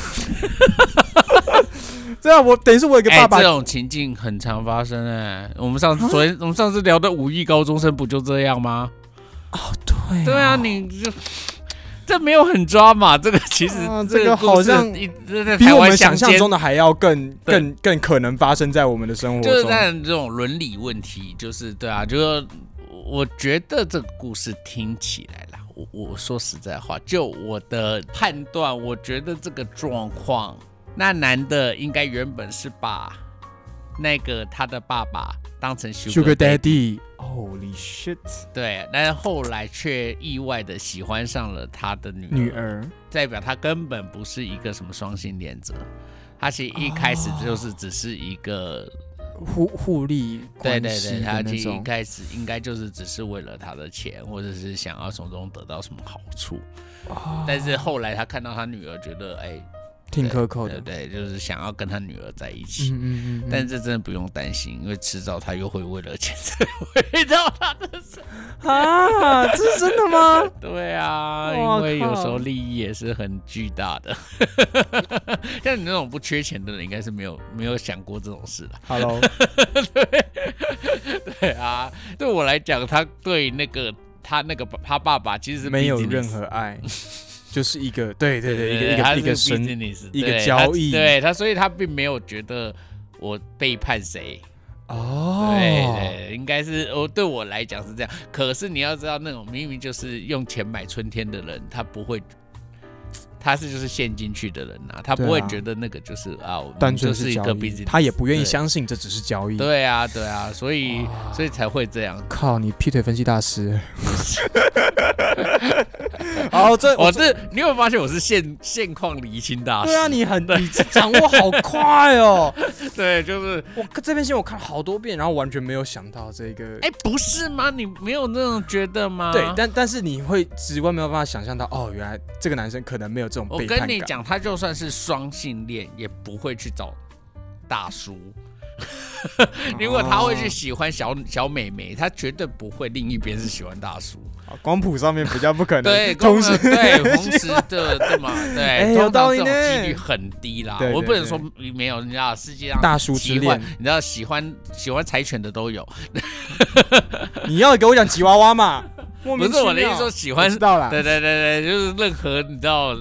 [SPEAKER 3] 对啊，我等于是我有一个
[SPEAKER 2] 哎
[SPEAKER 3] 爸，爸啊
[SPEAKER 2] 这，种情境很常发生哎、我们上次昨天我们上次聊的五亿高中生不就这样吗？
[SPEAKER 3] 哦对
[SPEAKER 2] 对啊，你这这没有很抓嘛，这个其实、
[SPEAKER 3] 啊
[SPEAKER 2] 这
[SPEAKER 3] 这个
[SPEAKER 2] 故
[SPEAKER 3] 好
[SPEAKER 2] 事
[SPEAKER 3] 像
[SPEAKER 2] 一直在
[SPEAKER 3] 比
[SPEAKER 2] 台
[SPEAKER 3] 我
[SPEAKER 2] 湾
[SPEAKER 3] 们想象
[SPEAKER 2] 间
[SPEAKER 3] 中的还要更
[SPEAKER 2] 对
[SPEAKER 3] 更更可能发生在我们的生活
[SPEAKER 2] 就是
[SPEAKER 3] 中。
[SPEAKER 2] 在这种伦理问题，就是对啊，就是我觉得这个故事听起来啦，我我说实在话，就我的判断，我觉得这个状况，那男的应该原本是把那个他的爸爸当成
[SPEAKER 3] Sugar
[SPEAKER 2] Sugar Daddy，
[SPEAKER 3] Daddy，Holy shit，
[SPEAKER 2] 对，但是后来却意外的喜欢上了他的女
[SPEAKER 3] 女儿。
[SPEAKER 2] 代表他根本不是一个什么双性恋者，他其实一开
[SPEAKER 3] 哦
[SPEAKER 2] 始就是只是一个，
[SPEAKER 3] 互互利
[SPEAKER 2] 对
[SPEAKER 3] 关
[SPEAKER 2] 对
[SPEAKER 3] 系
[SPEAKER 2] 对，
[SPEAKER 3] 的
[SPEAKER 2] 他
[SPEAKER 3] 那
[SPEAKER 2] 其实一
[SPEAKER 3] 种。
[SPEAKER 2] 开始应该就是只是为了他的钱，或者是想要从中得到什么好处。
[SPEAKER 3] 哦
[SPEAKER 2] 但是后来他看到他女儿，觉得哎，
[SPEAKER 3] 挺可口
[SPEAKER 2] 对
[SPEAKER 3] 的。
[SPEAKER 2] 对，就是想要跟他女儿在一起。
[SPEAKER 3] 嗯嗯嗯
[SPEAKER 2] 但这真的不用担心，因为迟早他又会为了钱 再回到他的身。
[SPEAKER 3] 嗯啊，这是真的吗？
[SPEAKER 2] 对啊，
[SPEAKER 3] 哇
[SPEAKER 2] 因为有时
[SPEAKER 3] 靠
[SPEAKER 2] 候利益也是很巨大的。 像你那种不缺钱的人，应该是没有没有想过这种事的。
[SPEAKER 3] ？Hello，
[SPEAKER 2] 对啊，对我来讲，他对那个他那个他爸爸其实是
[SPEAKER 3] 没有
[SPEAKER 2] business
[SPEAKER 3] 任何爱，就是一个对对对，一个
[SPEAKER 2] 对
[SPEAKER 3] 一
[SPEAKER 2] 他
[SPEAKER 3] 个
[SPEAKER 2] 是
[SPEAKER 3] 一个生
[SPEAKER 2] business，
[SPEAKER 3] 一个
[SPEAKER 2] 对
[SPEAKER 3] 交易
[SPEAKER 2] 他对他，所以他并没有觉得我背叛谁。
[SPEAKER 3] 哦，
[SPEAKER 2] 对对，应该是我对我来讲是这样。可是你要知道，那种明明就是用钱买春天的人，他不会，他是就是陷进去的人呐、他不
[SPEAKER 3] 对
[SPEAKER 2] 会
[SPEAKER 3] 啊
[SPEAKER 2] 觉得那个就是啊，我们
[SPEAKER 3] 单
[SPEAKER 2] 就
[SPEAKER 3] 纯
[SPEAKER 2] 是一
[SPEAKER 3] 交
[SPEAKER 2] 个
[SPEAKER 3] 易
[SPEAKER 2] business，，
[SPEAKER 3] 他也不愿意
[SPEAKER 2] 对。
[SPEAKER 3] 相信这只是交易。，
[SPEAKER 2] 对啊，对啊，所以所以才会这样。
[SPEAKER 3] 靠你劈腿分析 大师。好，这
[SPEAKER 2] 我是你有没有发现我是现现况厘清哦大师？
[SPEAKER 3] 对啊，你很你掌握好快哦！
[SPEAKER 2] 对，就是
[SPEAKER 3] 我这篇新闻我看了好多遍，然后完全没有想到这个。
[SPEAKER 2] 哎，不是吗？你没有那种觉得吗？
[SPEAKER 3] 对，但但是你会直观没有办法想象到，哦，原来这个男生可能没有这种
[SPEAKER 2] 我
[SPEAKER 3] 背叛
[SPEAKER 2] 跟
[SPEAKER 3] 感。
[SPEAKER 2] 你讲，他就算是双性恋，也不会去找大叔。
[SPEAKER 3] 哦
[SPEAKER 2] 如果他会去喜欢小小美眉，他绝对不会另一边是喜欢大叔。
[SPEAKER 3] 哦，光谱上面比较不可能。
[SPEAKER 2] 对，
[SPEAKER 3] 同时
[SPEAKER 2] 公呃 对同时的对嘛，对，通
[SPEAKER 3] 有
[SPEAKER 2] 常
[SPEAKER 3] 道理
[SPEAKER 2] 这种
[SPEAKER 3] 呢
[SPEAKER 2] 几率很低啦
[SPEAKER 3] 对。对
[SPEAKER 2] 我不能说没有，你知道世界上
[SPEAKER 3] 大叔之
[SPEAKER 2] 喜欢
[SPEAKER 3] 恋，
[SPEAKER 2] 你知道喜欢喜欢柴犬的都有，
[SPEAKER 3] 你要给我讲吉娃 娃嘛？莫
[SPEAKER 2] 不
[SPEAKER 3] 名
[SPEAKER 2] 是我的意思说喜欢
[SPEAKER 3] 知，道啦，
[SPEAKER 2] 对对对对，就是任何你知道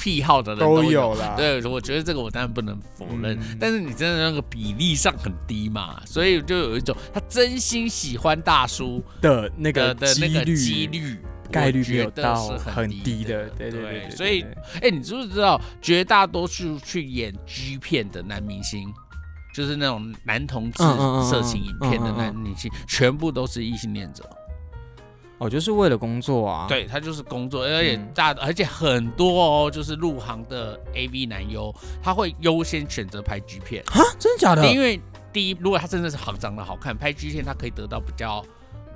[SPEAKER 2] 癖好的人
[SPEAKER 3] 都
[SPEAKER 2] 有。
[SPEAKER 3] 有啦。
[SPEAKER 2] 对，我觉得这个我当然不能否认，
[SPEAKER 3] 嗯
[SPEAKER 2] 但是你真的那个比例上很低嘛，所以就有一种他真心喜欢大叔
[SPEAKER 3] 的那
[SPEAKER 2] 的
[SPEAKER 3] 个
[SPEAKER 2] 的那个几率。
[SPEAKER 3] 概率
[SPEAKER 2] 我
[SPEAKER 3] 没
[SPEAKER 2] 觉
[SPEAKER 3] 有
[SPEAKER 2] 得
[SPEAKER 3] 到
[SPEAKER 2] 是
[SPEAKER 3] 很
[SPEAKER 2] 低
[SPEAKER 3] 低的，对
[SPEAKER 2] 对
[SPEAKER 3] 对对，
[SPEAKER 2] 所以，哎、你知不知道绝大多数去演 G 片的男明星，就是那种男同志
[SPEAKER 3] 嗯嗯嗯嗯
[SPEAKER 2] 色情影片的
[SPEAKER 3] 嗯嗯嗯
[SPEAKER 2] 男明星，全部都是异性恋者。
[SPEAKER 3] 哦，就是为了工作啊，，
[SPEAKER 2] 对他就是工作，而且
[SPEAKER 3] 嗯
[SPEAKER 2] 大，而且很多哦，就是入行的 AV 男优，他会优先选择拍 G 片。
[SPEAKER 3] 真的假的？
[SPEAKER 2] 因为第一，如果他真的是好长得好看，拍 G 片他可以得到比较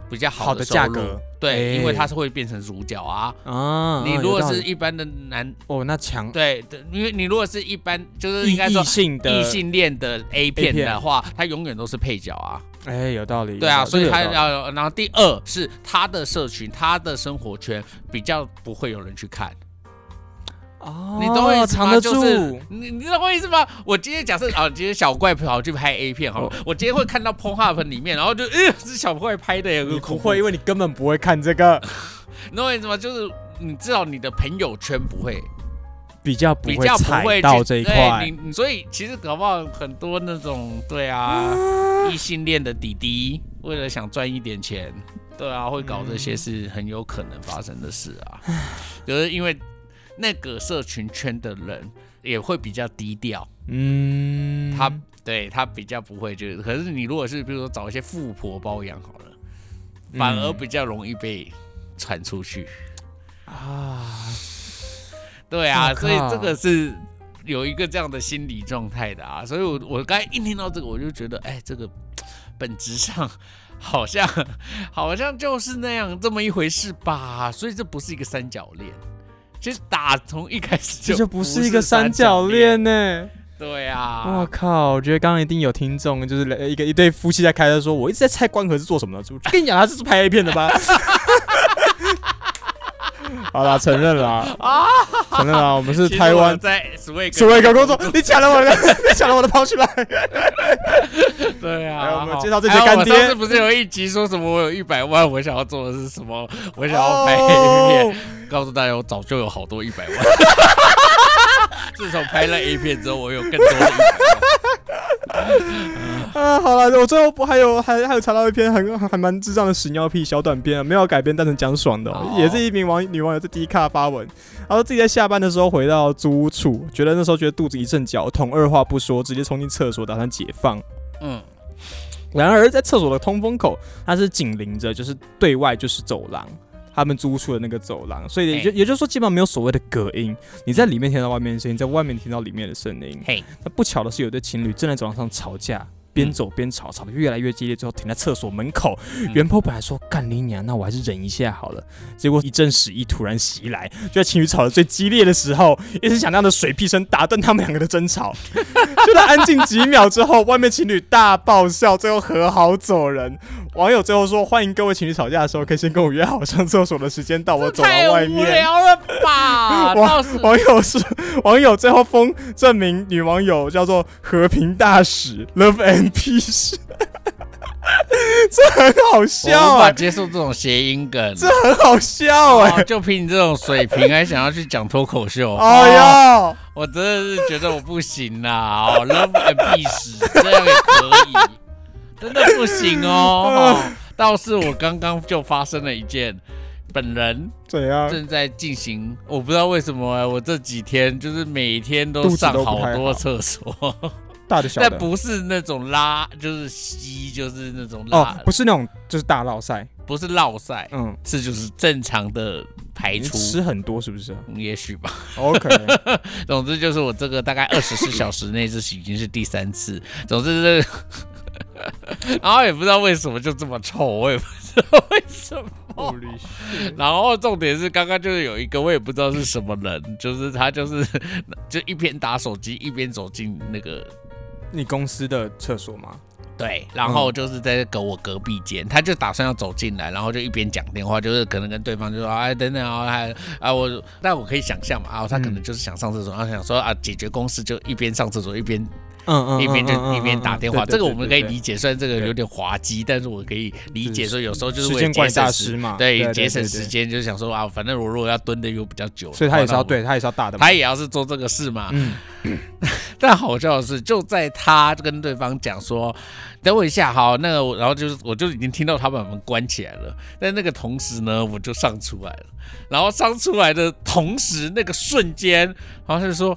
[SPEAKER 2] 比较
[SPEAKER 3] 好
[SPEAKER 2] 的
[SPEAKER 3] 的
[SPEAKER 2] 收
[SPEAKER 3] 价
[SPEAKER 2] 入
[SPEAKER 3] 格，
[SPEAKER 2] 对，
[SPEAKER 3] 哎
[SPEAKER 2] 因为他是会变成主角啊。
[SPEAKER 3] 啊，
[SPEAKER 2] 你
[SPEAKER 3] 有
[SPEAKER 2] 如果
[SPEAKER 3] 道
[SPEAKER 2] 是
[SPEAKER 3] 理
[SPEAKER 2] 一般的男，
[SPEAKER 3] 哦，那强
[SPEAKER 2] 对，对因为你如果是一般，就是
[SPEAKER 3] 异
[SPEAKER 2] 应该说
[SPEAKER 3] 异。性的
[SPEAKER 2] 异，性恋的 A 片
[SPEAKER 3] 片
[SPEAKER 2] 的话，他永远都是配角啊，
[SPEAKER 3] 哎，有道理，
[SPEAKER 2] 对啊，
[SPEAKER 3] 有道理
[SPEAKER 2] 所以他
[SPEAKER 3] 这个有道理
[SPEAKER 2] 要。然后第二是他的社群，他的生活圈比较不会有人去看，
[SPEAKER 3] 哦，
[SPEAKER 2] 你懂我意思
[SPEAKER 3] 藏
[SPEAKER 2] 吗？
[SPEAKER 3] 得
[SPEAKER 2] 就是
[SPEAKER 3] 住，
[SPEAKER 2] 你你懂我意思吗？我今天假设啊，今天小怪跑去拍 A 片好了，
[SPEAKER 3] 哦
[SPEAKER 2] 我今天会看到 Pornhub 里面，然后就呃，这小怪拍的有个
[SPEAKER 3] 你不
[SPEAKER 2] 恐
[SPEAKER 3] 会，因
[SPEAKER 2] 怖，
[SPEAKER 3] 为你根本不会看这个，
[SPEAKER 2] 你懂我意思吗？就是你至少你的朋友圈不会
[SPEAKER 3] 比较不
[SPEAKER 2] 比较不
[SPEAKER 3] 踩
[SPEAKER 2] 会
[SPEAKER 3] 到
[SPEAKER 2] 去
[SPEAKER 3] 这一
[SPEAKER 2] 对
[SPEAKER 3] 块
[SPEAKER 2] 你，你所以其实搞不好很多那种对啊，异性恋的弟弟为了想赚一点钱，对啊，会搞这些是很有可能发生的事啊，就是因为那个社群圈的人也会比较低调。
[SPEAKER 3] 嗯，
[SPEAKER 2] 他对他比较不会就是，可是你如果是比如说找一些富婆包养好了，反而比较容易被传出去。
[SPEAKER 3] 啊，
[SPEAKER 2] 对啊，
[SPEAKER 3] 我靠
[SPEAKER 2] 所以这个是有一个这样的心理状态的啊。所以我我刚才一听到这个，我就觉得，哎，这个本质上好像 好像就是那样这么一回事吧。所以这不是一个三角恋。其实打从一开始
[SPEAKER 3] 这
[SPEAKER 2] 就
[SPEAKER 3] 就不是一个三角
[SPEAKER 2] 恋，
[SPEAKER 3] 恋呢。
[SPEAKER 2] 对啊，
[SPEAKER 3] 我靠！我觉得刚刚一定有听众，就是来一个一对夫妻在开车说，我一直在猜关河是做什么的，我跟你讲，他是拍 A 片的 吧？好啦，承认了啊，承认了，我们是
[SPEAKER 2] 其实
[SPEAKER 3] 台
[SPEAKER 2] 我
[SPEAKER 3] 湾
[SPEAKER 2] 在 Swag
[SPEAKER 3] 所谓一个工作，你抢了我的， 你抢了我的跑起来，
[SPEAKER 2] 对啊，
[SPEAKER 3] 哎来我们
[SPEAKER 2] 好
[SPEAKER 3] 介绍这集的干爹
[SPEAKER 2] 还有我上次不是有一集说什么我有一百万，我想要做的是什么？我想 要
[SPEAKER 3] 哦
[SPEAKER 2] 拍黑片。告诉大家，我早就有好多一百万。 自从拍了 A 片之后，我有更多的一百
[SPEAKER 3] 啊！好了，我最后不还有还还有查到一篇很还蛮智障的屎尿屁小短片啊，没有改编，单纯讲爽的哦、
[SPEAKER 2] 哦
[SPEAKER 3] 也是一名网女网友在 D 卡发文，她说自己在下班的时候回到租屋处，觉得那时候觉得肚子一阵绞痛，二话不说直接冲进厕所打算解放。
[SPEAKER 2] 万。
[SPEAKER 3] 然而在厕所的通风口，它是紧邻着就是对外就是走廊。他们租出的那个走廊，所以也就、
[SPEAKER 2] 哎
[SPEAKER 3] 也就是说，基本上没有所谓的隔音。你在里面听到外面的声音，在外面听到里面的声音
[SPEAKER 2] 嗯，。嘿，
[SPEAKER 3] 那不巧的是，有对情侣正在走廊上吵架，边走边吵，吵得越来越激烈，最后停在厕所门口。
[SPEAKER 2] 嗯
[SPEAKER 3] 袁坡本来说干你娘，那我还是忍一下好了。结果一阵屎意突然袭来，就在情侣吵得最激烈的时候，一声响亮的水屁声打断他们两个的争吵。 就在安静几秒之后，外面情侣大爆笑，最后和好走人。网友最后说：“欢迎各位情侣吵架的时候，可以先跟我约好上厕所的时间到，我走
[SPEAKER 2] 太
[SPEAKER 3] 到外
[SPEAKER 2] 无
[SPEAKER 3] 面。”
[SPEAKER 2] 聊了 吧？
[SPEAKER 3] 哇
[SPEAKER 2] 倒是
[SPEAKER 3] 网友是网友最后封这名女网友叫做和平大使 Love and Peace， 这很好
[SPEAKER 2] 我
[SPEAKER 3] 笑
[SPEAKER 2] 无法
[SPEAKER 3] 哎、
[SPEAKER 2] 接受这种谐音梗，
[SPEAKER 3] 这很好笑哎、
[SPEAKER 2] 哦就凭你这种水平，还想要去讲脱口秀？哦，
[SPEAKER 3] 哎呦，
[SPEAKER 2] 我真的是觉得我不行啦！哦，love and peace 这样也可以，真的不行
[SPEAKER 3] 啊
[SPEAKER 2] 哦。哦倒是我刚刚就发生了一件，本人
[SPEAKER 3] 怎样？
[SPEAKER 2] 正在进行，我不知道为什么哎、我这几天就是每天都
[SPEAKER 3] 肚子
[SPEAKER 2] 上
[SPEAKER 3] 都不
[SPEAKER 2] 好
[SPEAKER 3] 太好
[SPEAKER 2] 多厕所，
[SPEAKER 3] 大的小
[SPEAKER 2] 但
[SPEAKER 3] 的？
[SPEAKER 2] 不是那种拉，就是吸，就是那种拉，
[SPEAKER 3] 哦，不是那种就是大落塞，
[SPEAKER 2] 不是落塞，
[SPEAKER 3] 嗯，
[SPEAKER 2] 是就是正常的排
[SPEAKER 3] 你
[SPEAKER 2] 出，
[SPEAKER 3] 吃很多是不是
[SPEAKER 2] 嗯也许吧。
[SPEAKER 3] ？OK，
[SPEAKER 2] 总之就是我这个大概二十四小时内，这是已经是第三次。 总之这个然后也不知道为什么就这么臭，我也不知道为什
[SPEAKER 3] 哦
[SPEAKER 2] 么。然后重点是刚刚就是有一个我也不知道是什么人，就是他就是 就一边打手机一边走进那个
[SPEAKER 3] 你公司的厕所吗？
[SPEAKER 2] 对，然后就是在隔我隔壁间，他就打算要走进来，然后就一边讲电话，就是可能跟对方就说哎等等啊，还啊我，但我可以想象嘛啊，他可能就是想上厕所，然后想说啊解决公事就一边上厕所一边
[SPEAKER 3] 嗯嗯
[SPEAKER 2] 一边就一边打电话，这个我们可以理
[SPEAKER 3] 解，
[SPEAKER 2] 解，虽然这个
[SPEAKER 3] 对
[SPEAKER 2] 有点滑稽，但是我可以理解说有时候就是
[SPEAKER 3] 时
[SPEAKER 2] 为了
[SPEAKER 3] 间管
[SPEAKER 2] 节
[SPEAKER 3] 理大
[SPEAKER 2] 省
[SPEAKER 3] 师
[SPEAKER 2] 时，
[SPEAKER 3] 嘛，
[SPEAKER 2] 对节省时，间，就是想说啊反正我如果要蹲的又比较久，
[SPEAKER 3] 所以他也是
[SPEAKER 2] 那
[SPEAKER 3] 要
[SPEAKER 2] 我，
[SPEAKER 3] 对他也是要大的嘛，
[SPEAKER 2] 他也要是做这个事嘛，
[SPEAKER 3] 嗯，
[SPEAKER 2] 但好笑的是，就在他跟对方讲说：“等我一下，好，那个我，然后就是我就已经听到他把门关起来了。但那个同时呢，我就上出来了。然后上出来的同时，那个瞬间，然后他就说：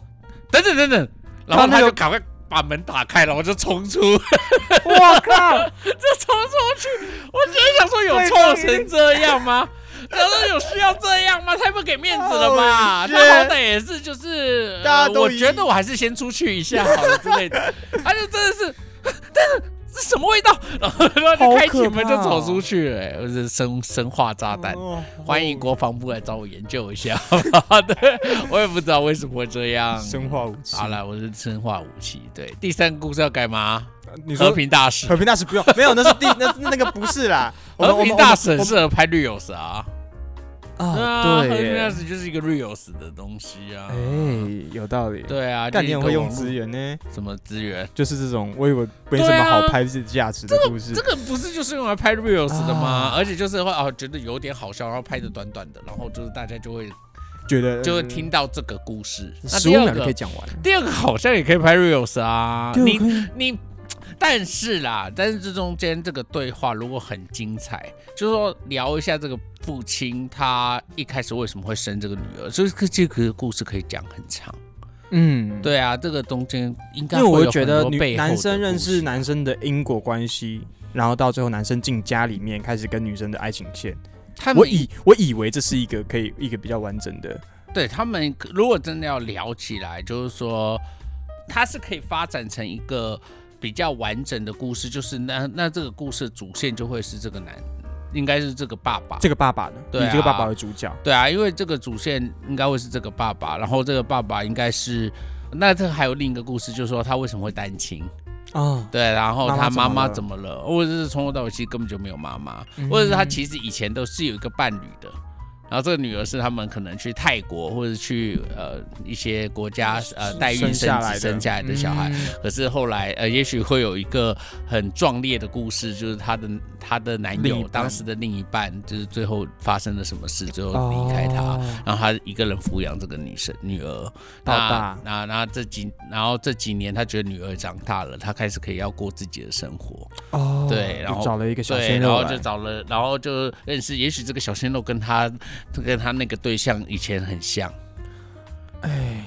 [SPEAKER 2] 等等等等，然后
[SPEAKER 3] 他那
[SPEAKER 2] 他
[SPEAKER 3] 个
[SPEAKER 2] 就赶快把门打开，然后就冲出，就冲
[SPEAKER 3] 我靠，
[SPEAKER 2] 出去。我只是想说，有臭成这样吗？”想说有需要这样吗？太不给面子了吧！
[SPEAKER 3] Oh,
[SPEAKER 2] 他
[SPEAKER 3] shit
[SPEAKER 2] 好歹也是就是，呃
[SPEAKER 3] 大家都
[SPEAKER 2] 我
[SPEAKER 3] 一
[SPEAKER 2] 觉得我还是先出去一下好了之类 的。他就真的是，但是这什么味道？然后他就开启门就走出去了、欸，我是生生化炸弹。
[SPEAKER 3] 哦
[SPEAKER 2] 欢迎国防部来找我研究一下，好不好 对，我也不知道为什么会这样。
[SPEAKER 3] 生化武器。
[SPEAKER 2] 好，了，我是生化武器。对，第三个故事要改吗？
[SPEAKER 3] 你
[SPEAKER 2] 和
[SPEAKER 3] 说
[SPEAKER 2] 平大使，
[SPEAKER 3] 和平大使不用， 没有，那是第那是那个不是啦，我们
[SPEAKER 2] 和平大使
[SPEAKER 3] 我
[SPEAKER 2] 很
[SPEAKER 3] 们
[SPEAKER 2] 适合拍绿友蛇啊。
[SPEAKER 3] 我们
[SPEAKER 2] 啊，
[SPEAKER 3] 啊，
[SPEAKER 2] 和
[SPEAKER 3] 对
[SPEAKER 2] 平大
[SPEAKER 3] 耶，
[SPEAKER 2] 使就是一个 reals 的东西啊。
[SPEAKER 3] 哎，有道理。
[SPEAKER 2] 对啊，
[SPEAKER 3] 但
[SPEAKER 2] 就
[SPEAKER 3] 你
[SPEAKER 2] 是一
[SPEAKER 3] 很
[SPEAKER 2] 个
[SPEAKER 3] 会用
[SPEAKER 2] 网络
[SPEAKER 3] 资源呢，
[SPEAKER 2] 什么资源？
[SPEAKER 3] 就是这种我以为没什么好拍自己价值的故事
[SPEAKER 2] 这。个不是就是用来拍 reels 的吗？
[SPEAKER 3] 啊
[SPEAKER 2] 而且就是会哦，觉得有点好笑，然后拍的短短的，然后就是大家就会
[SPEAKER 3] 觉得
[SPEAKER 2] 就会听到这个故事。那
[SPEAKER 3] 十
[SPEAKER 2] 第
[SPEAKER 3] 五
[SPEAKER 2] 二
[SPEAKER 3] 秒就嗯可以
[SPEAKER 2] 个，
[SPEAKER 3] 讲完。
[SPEAKER 2] 第二个好像也可以拍 reels 啊。
[SPEAKER 3] 对
[SPEAKER 2] 你
[SPEAKER 3] 我可以
[SPEAKER 2] 你，但是啦，但是这中间这个对话如果很精彩，就是说聊一下这个父亲他一开始为什么会生这个女儿，就是这个故事可以讲很长。
[SPEAKER 3] 嗯，，
[SPEAKER 2] 对啊，这个中间应
[SPEAKER 3] 因
[SPEAKER 2] 该
[SPEAKER 3] 为我
[SPEAKER 2] 会
[SPEAKER 3] 就
[SPEAKER 2] 有
[SPEAKER 3] 觉
[SPEAKER 2] 很
[SPEAKER 3] 得
[SPEAKER 2] 多
[SPEAKER 3] 女
[SPEAKER 2] 背后的
[SPEAKER 3] 男生认
[SPEAKER 2] 故
[SPEAKER 3] 识
[SPEAKER 2] 事
[SPEAKER 3] 男生的因果关系，然后到最后男生进家里面开始跟女生的爱情线。
[SPEAKER 2] 他们
[SPEAKER 3] 我以我以为这是一个可以一个比较完整的，
[SPEAKER 2] 对他们如果真的要聊起来，就是说它是可以发展成一个比较完整的故事，就是那那这个故事的主线就会是这个男，应该是这个爸爸。
[SPEAKER 3] 这个爸爸的，
[SPEAKER 2] 对啊
[SPEAKER 3] 以这个爸爸为主角。
[SPEAKER 2] 对啊，因为这个主线应该会是这个爸爸，然后这个爸爸应该是。那这还有另一个故事，就是说他为什么会单亲？
[SPEAKER 3] 啊，
[SPEAKER 2] 对，然后他妈妈
[SPEAKER 3] 妈妈
[SPEAKER 2] 怎
[SPEAKER 3] 怎
[SPEAKER 2] 么了？或者是从头到尾其实根本就没有妈妈，
[SPEAKER 3] 嗯
[SPEAKER 2] 或者是他其实以前都是有一个伴侣的，然后这个女儿是他们可能去泰国或者去呃一些国家呃代孕
[SPEAKER 3] 生下
[SPEAKER 2] 生
[SPEAKER 3] 来
[SPEAKER 2] 子
[SPEAKER 3] 的
[SPEAKER 2] 生下来的小孩，
[SPEAKER 3] 嗯
[SPEAKER 2] 可是后来呃也许会有一个很壮烈的故事，就是她的她的男
[SPEAKER 3] 另一
[SPEAKER 2] 友
[SPEAKER 3] 半
[SPEAKER 2] 当时的另一半，就是最后发生了什么事，最后离开她。
[SPEAKER 3] 哦
[SPEAKER 2] 然后他一个人抚养这个女生女儿，
[SPEAKER 3] 到
[SPEAKER 2] 那
[SPEAKER 3] 大
[SPEAKER 2] 那那这几，然后这几年他觉得女儿长大了，他开始可以要过自己的生活，
[SPEAKER 3] 哦，
[SPEAKER 2] 对然后
[SPEAKER 3] 就找了一个小
[SPEAKER 2] 对，
[SPEAKER 3] 鲜
[SPEAKER 2] 然
[SPEAKER 3] 肉
[SPEAKER 2] 后
[SPEAKER 3] 来
[SPEAKER 2] 就找了，然后就认识，也许这个小鲜肉跟他跟他那个对象以前很像，
[SPEAKER 3] 哎，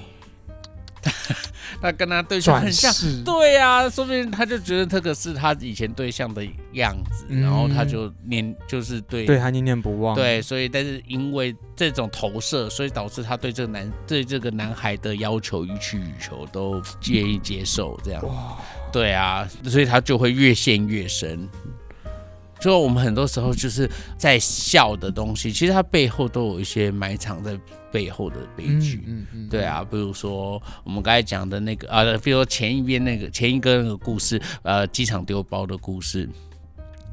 [SPEAKER 2] 他跟他对象
[SPEAKER 3] 转
[SPEAKER 2] 很像，
[SPEAKER 3] 世，
[SPEAKER 2] 对呀、说不定他就觉得这个是他以前对象的样子，
[SPEAKER 3] 嗯
[SPEAKER 2] 然后他就念就是对
[SPEAKER 3] 对他念念不忘。
[SPEAKER 2] 对，所以但是因为这种投射，所以导致他对这个男对这个男孩的要求予取予求都愿意接受，这样
[SPEAKER 3] 哇，
[SPEAKER 2] 对啊，所以他就会越陷越深。就我们很多时候就是在笑的东西，其实它背后都有一些埋藏在背后的悲剧。
[SPEAKER 3] 嗯嗯
[SPEAKER 2] 对，啊，比如说我们刚才讲的那个啊，比如说前一边那个前一个那个故事，呃，机场丢包的故事，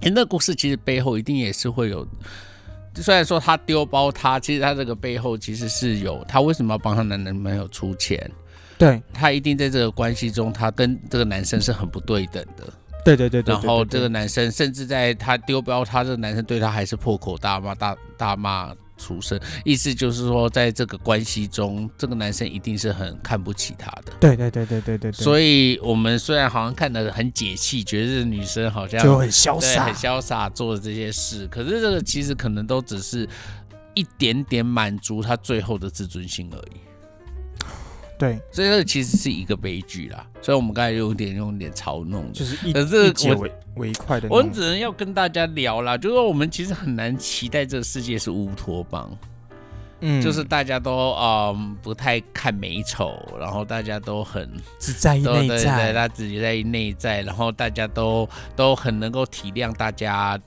[SPEAKER 2] 诶那故事其实背后一定也是会有。虽然说他丢包他，其实他这个背后其实是有他为什么要帮他男男朋友出钱，
[SPEAKER 3] 对
[SPEAKER 2] 他一定在这个关系中，他跟这个男生是很不对等的。
[SPEAKER 3] 对对对对，
[SPEAKER 2] 然后这个
[SPEAKER 3] 对
[SPEAKER 2] 男生甚至在他丢标，他这个男生对他还是破口大骂，大大骂出声，意思就是说，在这个关系中，这个男生一定是很看不起他的。
[SPEAKER 3] 对对对对对对对，以
[SPEAKER 2] 所以，我们虽然好像看得很解气，觉得这女生好像
[SPEAKER 3] 就很潇
[SPEAKER 2] 对
[SPEAKER 3] 洒
[SPEAKER 2] 很，潇洒做的这些事，可是这个其实可能都只是一点点满足他最后的自尊心而已。
[SPEAKER 3] 对，
[SPEAKER 2] 所以这个其实是一个悲剧啦。所以我们刚才有点用点嘲弄的。
[SPEAKER 3] 就是一
[SPEAKER 2] 可是
[SPEAKER 3] 一节
[SPEAKER 2] 我
[SPEAKER 3] 为为快的那
[SPEAKER 2] 我
[SPEAKER 3] 种，
[SPEAKER 2] 只能要跟大家聊啦，就是说我们其实很难期待这个世界是乌托邦，
[SPEAKER 3] 嗯
[SPEAKER 2] 就是大家都嗯不太看美丑，然后大家都很
[SPEAKER 3] 只在意
[SPEAKER 2] 都
[SPEAKER 3] 内
[SPEAKER 2] 对对，
[SPEAKER 3] 在，
[SPEAKER 2] 他自己在意内在，然后大家都都很能够体谅大家，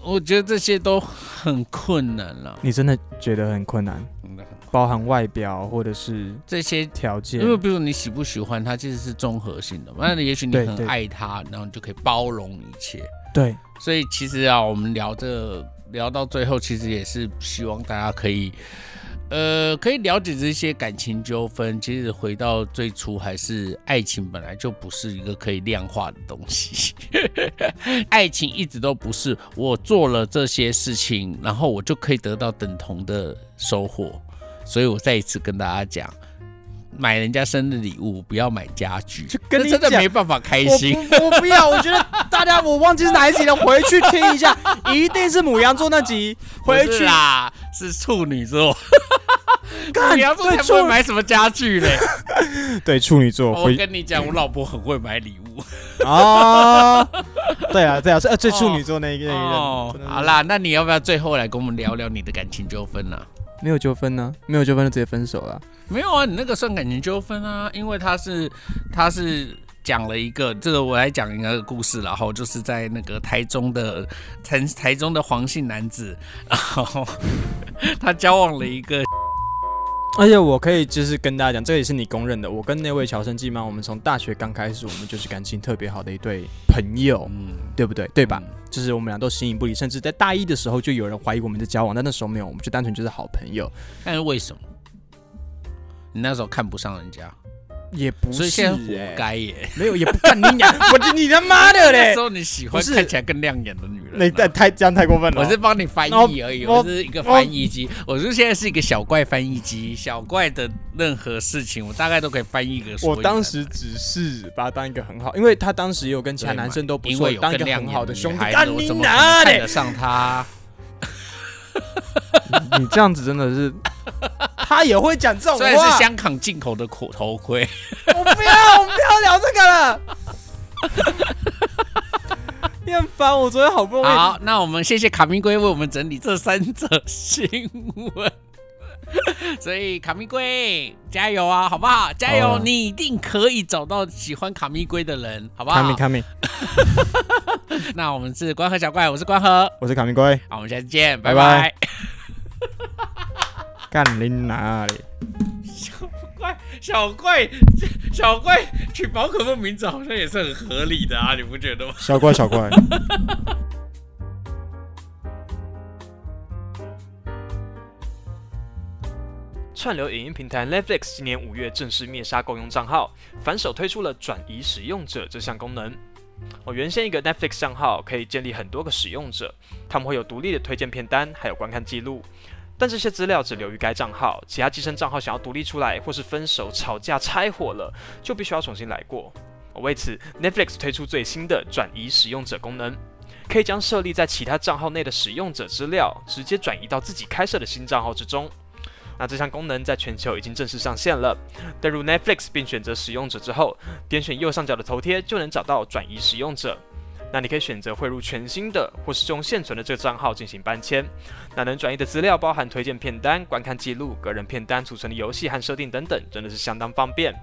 [SPEAKER 2] 我觉得这些都很困难了、
[SPEAKER 3] 你真的觉得很困难，
[SPEAKER 2] 真的很
[SPEAKER 3] 包含外表或者是
[SPEAKER 2] 这些
[SPEAKER 3] 条件
[SPEAKER 2] 因，为比如你喜不喜欢他，其实是综合性的嘛。那也许你
[SPEAKER 3] 对
[SPEAKER 2] 很
[SPEAKER 3] 对
[SPEAKER 2] 爱他，然后你就可以包容一切。
[SPEAKER 3] 对
[SPEAKER 2] 所以其实啊，我们聊这聊到最后，其实也是希望大家可以，呃，可以了解这些感情纠纷。其实回到最初，还是爱情本来就不是一个可以量化的东西。 爱情一直都不是我做了这些事情，然后我就可以得到等同的收获。所以我再一次跟大家讲。买人家生日礼物，不要买家具，
[SPEAKER 3] 就跟
[SPEAKER 2] 那
[SPEAKER 3] 你
[SPEAKER 2] 真的
[SPEAKER 3] 讲
[SPEAKER 2] 没办法开
[SPEAKER 3] 我
[SPEAKER 2] 心。
[SPEAKER 3] 不我不要，我觉得大家我忘记是哪一集了，回去听一下，一定是母羊座那集，回
[SPEAKER 2] 不是
[SPEAKER 3] 去
[SPEAKER 2] 啦，是处女座。
[SPEAKER 3] 干
[SPEAKER 2] 你要说
[SPEAKER 3] 对
[SPEAKER 2] 才不会
[SPEAKER 3] 处
[SPEAKER 2] 买什么家具嘞。
[SPEAKER 3] 对处女座
[SPEAKER 2] 我
[SPEAKER 3] 回
[SPEAKER 2] 跟你讲，我老婆很会买礼物。
[SPEAKER 3] 啊，对啊对啊，是呃最处女座那一个那一
[SPEAKER 2] 哦
[SPEAKER 3] 任，，
[SPEAKER 2] 好，啦，那你要不要最后来跟我们聊聊你的感情纠纷呢？
[SPEAKER 3] 没有纠纷呢，没有纠纷就直接分手了，
[SPEAKER 2] 没有啊，你那个算感情纠纷啊，因为他是他是讲了一个这个，我来讲一个故事，然后就是在那个台中的台台中的黄姓男子，然后他交往了一个
[SPEAKER 3] 而且我可以就是跟大家讲，这个也是你公认的。我跟那位乔生季妈，我们从大学刚开始，我们就是感情特别好的一对朋友，
[SPEAKER 2] 嗯，
[SPEAKER 3] 对不对？对吧？
[SPEAKER 2] 嗯？
[SPEAKER 3] 就是我们俩都形影不离，甚至在大一的时候就有人怀疑我们在交往，但那时候没有，我们就单纯就是好朋友，
[SPEAKER 2] 但是为什么？你那时候看不上人家，
[SPEAKER 3] 也不
[SPEAKER 2] 所以
[SPEAKER 3] 是、
[SPEAKER 2] 现在
[SPEAKER 3] 欸
[SPEAKER 2] 活、该耶。
[SPEAKER 3] 没有也不干你 娘，我的你他妈的
[SPEAKER 2] 那
[SPEAKER 3] 嘞
[SPEAKER 2] 时！候你喜欢
[SPEAKER 3] 不是
[SPEAKER 2] 看起来更亮眼的女人啊、
[SPEAKER 3] 你哦太太这样太过分了，
[SPEAKER 2] 我是帮你翻译而已，
[SPEAKER 3] 我
[SPEAKER 2] 我是一个翻译机，我是现在是一个小怪翻译机，小怪的任何事情我大概都可以翻译个所以然。
[SPEAKER 3] 我当时只是把他当一个很好，因为他当时也有跟其他男生都不
[SPEAKER 2] 因
[SPEAKER 3] 错
[SPEAKER 2] 为，有
[SPEAKER 3] 当一
[SPEAKER 2] 更
[SPEAKER 3] 个
[SPEAKER 2] 亮
[SPEAKER 3] 很
[SPEAKER 2] 眼
[SPEAKER 3] 好的兄弟，
[SPEAKER 2] 女孩
[SPEAKER 3] 干
[SPEAKER 2] 子我
[SPEAKER 3] 你
[SPEAKER 2] 怎么可
[SPEAKER 3] 娘
[SPEAKER 2] 能看
[SPEAKER 3] 嘞
[SPEAKER 2] 得！上她？
[SPEAKER 3] 你这样子真的 是，他也会讲这种
[SPEAKER 2] 虽然是
[SPEAKER 3] 话。
[SPEAKER 2] 香港进口的口头盔，
[SPEAKER 3] 我不要，我们不要聊这个了。 你很烦，我昨天好不容易
[SPEAKER 2] 好，那我们谢谢卡明龟为我们整理这三则新闻。 所以卡密龟加油啊，好不好？加油，
[SPEAKER 3] 好啊
[SPEAKER 2] 你一定可以找到喜欢卡密龟的人，好不好
[SPEAKER 3] 卡米卡米，
[SPEAKER 2] 那我们是关河小怪，我是关河，
[SPEAKER 3] 我是卡米龟，
[SPEAKER 2] 好，我们下次见，
[SPEAKER 3] 拜
[SPEAKER 2] 拜拜
[SPEAKER 3] 拜干你哪里？
[SPEAKER 2] 怪小怪，小怪取宝可梦名字好像也是很合理的啊，你不觉得吗？
[SPEAKER 3] 小怪小怪。
[SPEAKER 4] 串流影音平台 Netflix 今年五月正式灭杀共用账号，反手推出了转移使用者这项功能。哦，原先一个 Netflix 账号可以建立很多个使用者，他们会有独立的推荐片单，还有观看记录。但这些资料只留于该账号，其他寄生账号想要独立出来，或是分手、吵架、拆伙了，就必须要重新来过。哦为此，Netflix 推出最新的转移使用者功能，可以将设立在其他账号内的使用者资料直接转移到自己开设的新账号之中。那这项功能在全球已经正式上线了。登入 Netflix 并选择使用者之后，点选右上角的头贴就能找到转移使用者。那你可以选择汇入全新的，或是用现存的这个账号进行搬迁。那能转移的资料包含推荐片单、观看记录、个人片单、储存的游戏和设定等等，真的是相当方便。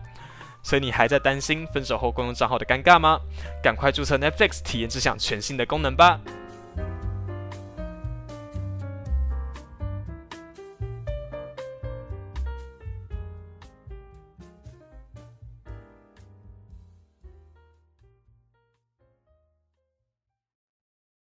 [SPEAKER 4] 所以你还在担心分手后共用账号的尴尬吗？赶快注册 Netflix 体验这项全新的功能吧！